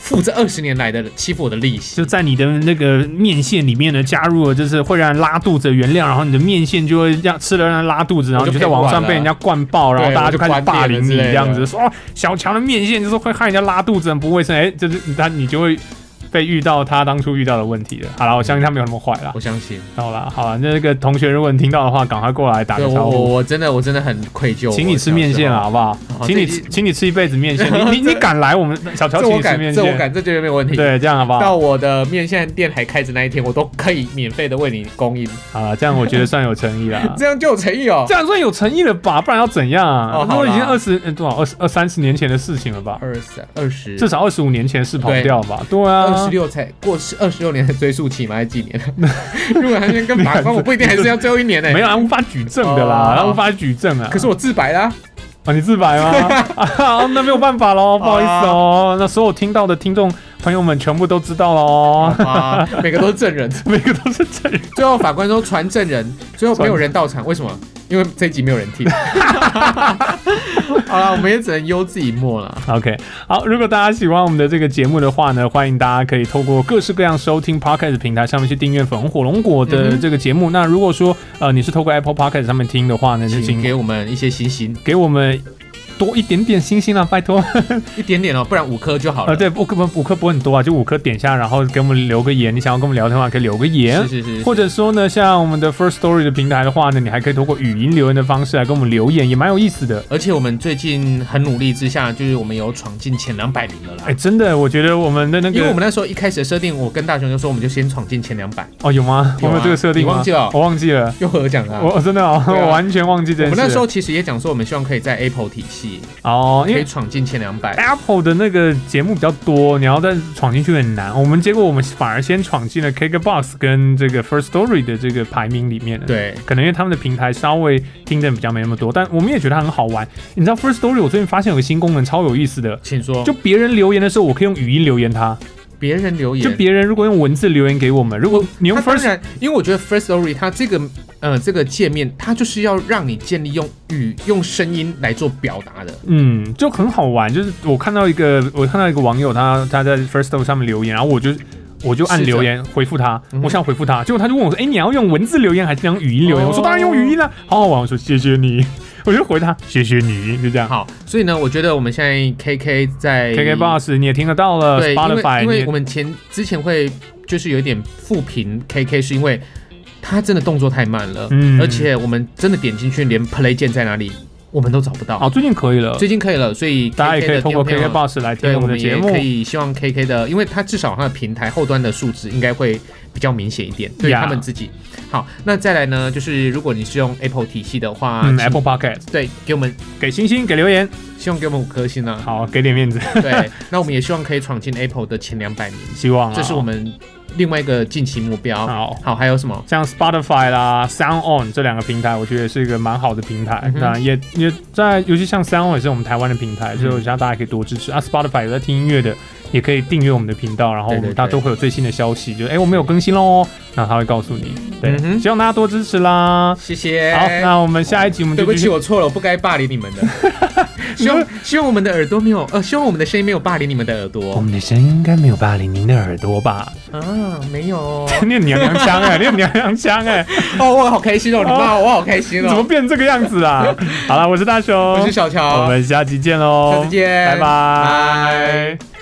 [SPEAKER 2] 付这二十年来的欺负我的利息。
[SPEAKER 1] 就在你的那个面线里面呢，加入了就是会让人拉肚子的原料，然后你的面线就会让吃了让人拉肚子，然后你就在网上被人家灌爆，然后大家就开始霸凌你这样子，说哦小强的面线就是会害人家拉肚子，很不卫生，哎，就是他你就会。被遇到他当初遇到的问题了。好了，我相信他没有那么坏啦。
[SPEAKER 2] 我相信，
[SPEAKER 1] 好啦，好啦，那个同学如果你听到的话，赶快过来打
[SPEAKER 2] 对
[SPEAKER 1] 个
[SPEAKER 2] 我
[SPEAKER 1] 招
[SPEAKER 2] 我
[SPEAKER 1] 呼，
[SPEAKER 2] 我真的我真的很愧疚。
[SPEAKER 1] 请你吃面线
[SPEAKER 2] 啊！
[SPEAKER 1] 了，好不好？
[SPEAKER 2] 好
[SPEAKER 1] 请你
[SPEAKER 2] 这
[SPEAKER 1] 吃，请你吃一辈子面线。你你你敢来我们小乔
[SPEAKER 2] 这
[SPEAKER 1] 请你
[SPEAKER 2] 我
[SPEAKER 1] 吃
[SPEAKER 2] 敢，
[SPEAKER 1] 面
[SPEAKER 2] 这我
[SPEAKER 1] 线？
[SPEAKER 2] 敢，这绝对没问题。
[SPEAKER 1] 对，这样好不好？
[SPEAKER 2] 到我的面线店还开着那一天，我都可以免费的为你供应，
[SPEAKER 1] 好了，这样我觉得算有诚意啦。
[SPEAKER 2] 这样就有诚意哦
[SPEAKER 1] 这。样算有诚意了吧？不然要怎样啊
[SPEAKER 2] 哦？
[SPEAKER 1] 那、
[SPEAKER 2] 好啦
[SPEAKER 1] 已经二十、呃多少二十二三十年前的事情了吧？
[SPEAKER 2] 二三二十，
[SPEAKER 1] 至少二十五年前是跑不
[SPEAKER 2] 对
[SPEAKER 1] 掉吧？对啊，
[SPEAKER 2] 二十六才过是二十六年的追溯期嘛，还是几 年？如果他先跟法
[SPEAKER 1] 你还
[SPEAKER 2] 官，我不一定还是要最后一年呢、
[SPEAKER 1] 没有啊，无法举证的啦，
[SPEAKER 2] 哦
[SPEAKER 1] 他无法举证啊。
[SPEAKER 2] 可是我自白啦、
[SPEAKER 1] 啊，你自白吗？ 啊，那没有办法喽，不好意思哦。那所有听到的听众朋友们全部都知道喽，
[SPEAKER 2] 啊，每个都是证人。
[SPEAKER 1] 每个都是真人。
[SPEAKER 2] 最后法官说传证人，最后没有人到场，为什么？因为这一集没有人 听。好了，我们也只能悠自己默了。
[SPEAKER 1] OK，好，如果大家喜欢我们的这个节目的话呢，欢迎大家可以透过各式各样收听 Podcast 平台上面去订阅《粉红火龙果》
[SPEAKER 2] 嗯
[SPEAKER 1] 的
[SPEAKER 2] 哼
[SPEAKER 1] 这个节目。那如果说呃你是透过 Apple Podcast 上面听的话呢，就
[SPEAKER 2] 请
[SPEAKER 1] 请
[SPEAKER 2] 给我们一些信心，
[SPEAKER 1] 给我们多一点点星星啊，拜托。
[SPEAKER 2] 一点点哦、不然五颗就好了。
[SPEAKER 1] 呃， 对，五颗不五颗不会很多啊，就五颗点下，然后给我们留个言。你想要跟我们聊天的话，可以留个言。
[SPEAKER 2] 是是是，
[SPEAKER 1] 或者说呢，像我们的 First Story 的平台的话呢，你还可以通过语音留言的方式来跟我们留言，也蛮有意思的。
[SPEAKER 2] 而且我们最近很努力之下，就是我们有闯进前两百名了啦。
[SPEAKER 1] 哎，真的，我觉得我们的那
[SPEAKER 2] 因为我
[SPEAKER 1] 个
[SPEAKER 2] 们那时候一开始的设定，我跟大雄就说，我们就先闯进前两百，
[SPEAKER 1] 哦，有吗？我
[SPEAKER 2] 有啊
[SPEAKER 1] 们有这个设定吗？
[SPEAKER 2] 你忘记了
[SPEAKER 1] 我忘记了，
[SPEAKER 2] 又和讲了啊。
[SPEAKER 1] 我我真的 哦，
[SPEAKER 2] 对啊
[SPEAKER 1] 我完全忘记这
[SPEAKER 2] 我
[SPEAKER 1] 件
[SPEAKER 2] 们
[SPEAKER 1] 事。
[SPEAKER 2] 那时候其实也讲说，我们希望可以在 Apple 体系
[SPEAKER 1] 哦，
[SPEAKER 2] 可
[SPEAKER 1] 因
[SPEAKER 2] 以
[SPEAKER 1] 为哎
[SPEAKER 2] 闯进前两百。
[SPEAKER 1] Apple 的那个节目比较多，你要再闯进去很难。我们结果我们反而先闯进了 KKBox 跟这个 First Story 的这个排名里面了。。
[SPEAKER 2] 对，
[SPEAKER 1] 可能因为他们的平台稍微听的比较没那么多，但我们也觉得它很好玩。你知道 First Story 我最近发现有个新功能超有意思的，
[SPEAKER 2] 请说。
[SPEAKER 1] 就别人留言的时候，我可以用语音留言他。
[SPEAKER 2] 别人留言，
[SPEAKER 1] 就别人如果用文字留言给我们，如果你用
[SPEAKER 2] 它当
[SPEAKER 1] First
[SPEAKER 2] 然，因为我觉得 First Story 它这个呃这个界面，它就是要让你建立用语用声音来做表达的。
[SPEAKER 1] 嗯，就很好玩。就是我看到一个，我看到一个网友他他在 First Story 上面留言，然后我就我就按
[SPEAKER 2] 试着
[SPEAKER 1] 留言回复他，
[SPEAKER 2] 嗯哼
[SPEAKER 1] 我想回复他，结果他就问我说：“哎、你要用文字留言还是用语音留言？”
[SPEAKER 2] 哦
[SPEAKER 1] 我说：“当然用语音啦、啊好好玩。”我说：“谢谢你。”我就回他：“谢谢你。”就这样。
[SPEAKER 2] 好，所以呢，我觉得我们现在 KK 在
[SPEAKER 1] KKBox 你也听得到了
[SPEAKER 2] 对，因为
[SPEAKER 1] 呃，Spotify
[SPEAKER 2] 因
[SPEAKER 1] 你
[SPEAKER 2] 为
[SPEAKER 1] 也
[SPEAKER 2] 我们前之前会就是有一点负评 KK，是因为它真的动作太慢了，
[SPEAKER 1] 嗯
[SPEAKER 2] 而且我们真的点进去连 Play 键在哪里我们都找不到。
[SPEAKER 1] 哦，最近可以了，
[SPEAKER 2] 最近可以了，所以
[SPEAKER 1] 大家也可以通过
[SPEAKER 2] 听众朋友
[SPEAKER 1] KKBox 来听
[SPEAKER 2] 对，
[SPEAKER 1] 我
[SPEAKER 2] 我
[SPEAKER 1] 们的
[SPEAKER 2] 们
[SPEAKER 1] 节
[SPEAKER 2] 也
[SPEAKER 1] 目
[SPEAKER 2] 可。以希望 KK 的，因为它至少它的平台后端的数值应该会比较明显一点，对于
[SPEAKER 1] Yeah
[SPEAKER 2] 他们自己。好，那再来呢，就是如果你是用 Apple 体系的话、
[SPEAKER 1] 嗯
[SPEAKER 2] 请
[SPEAKER 1] ，Apple Podcast
[SPEAKER 2] 对，给我们
[SPEAKER 1] 给星星，给留言，
[SPEAKER 2] 希望给我们五颗星啊。
[SPEAKER 1] 好，给点面子，
[SPEAKER 2] 对，那我们也希望可以闯进 Apple 的前两百名，
[SPEAKER 1] 希望啊
[SPEAKER 2] 这是我们另外一个近期目标。
[SPEAKER 1] 好。
[SPEAKER 2] 好，还有什么？
[SPEAKER 1] 像 Spotify 啦、Sound On 这两个平台，我觉得也是一个蛮好的平台。
[SPEAKER 2] 嗯哼嗯
[SPEAKER 1] 当然也也在，尤其像 Sound On 也是我们台湾的平台，所以我希望大家可以多支持啊。Spotify 有在听音乐的，也可以订阅我们的频道，然后
[SPEAKER 2] 对对对
[SPEAKER 1] 大家都会有最新的消息，就是哎、诶我们有更新喽，那他会告诉你。对，
[SPEAKER 2] 嗯哼
[SPEAKER 1] 希望大家多支持啦。
[SPEAKER 2] 谢谢。
[SPEAKER 1] 好，那我们下一集我们
[SPEAKER 2] 对
[SPEAKER 1] 就
[SPEAKER 2] 不
[SPEAKER 1] 继
[SPEAKER 2] 起，
[SPEAKER 1] 续。
[SPEAKER 2] 我错了，我不该霸凌你们 的。希望希望我们的耳朵没有，呃，希望我们的声音没有霸凌你们的耳
[SPEAKER 1] 我
[SPEAKER 2] 朵
[SPEAKER 1] 们的声音应该没有霸凌您的耳朵吧？
[SPEAKER 2] 啊，没有哦。
[SPEAKER 1] 念娘娘腔哎、念娘娘腔哎、
[SPEAKER 2] 哦，我好开心 哦，你骂我，我好开心
[SPEAKER 1] 你怎么
[SPEAKER 2] 哦。
[SPEAKER 1] 变这个样子 啊？好了，我是大雄，
[SPEAKER 2] 我是小乔，
[SPEAKER 1] 我们下期见喽，
[SPEAKER 2] 下次见
[SPEAKER 1] 拜拜。
[SPEAKER 2] 拜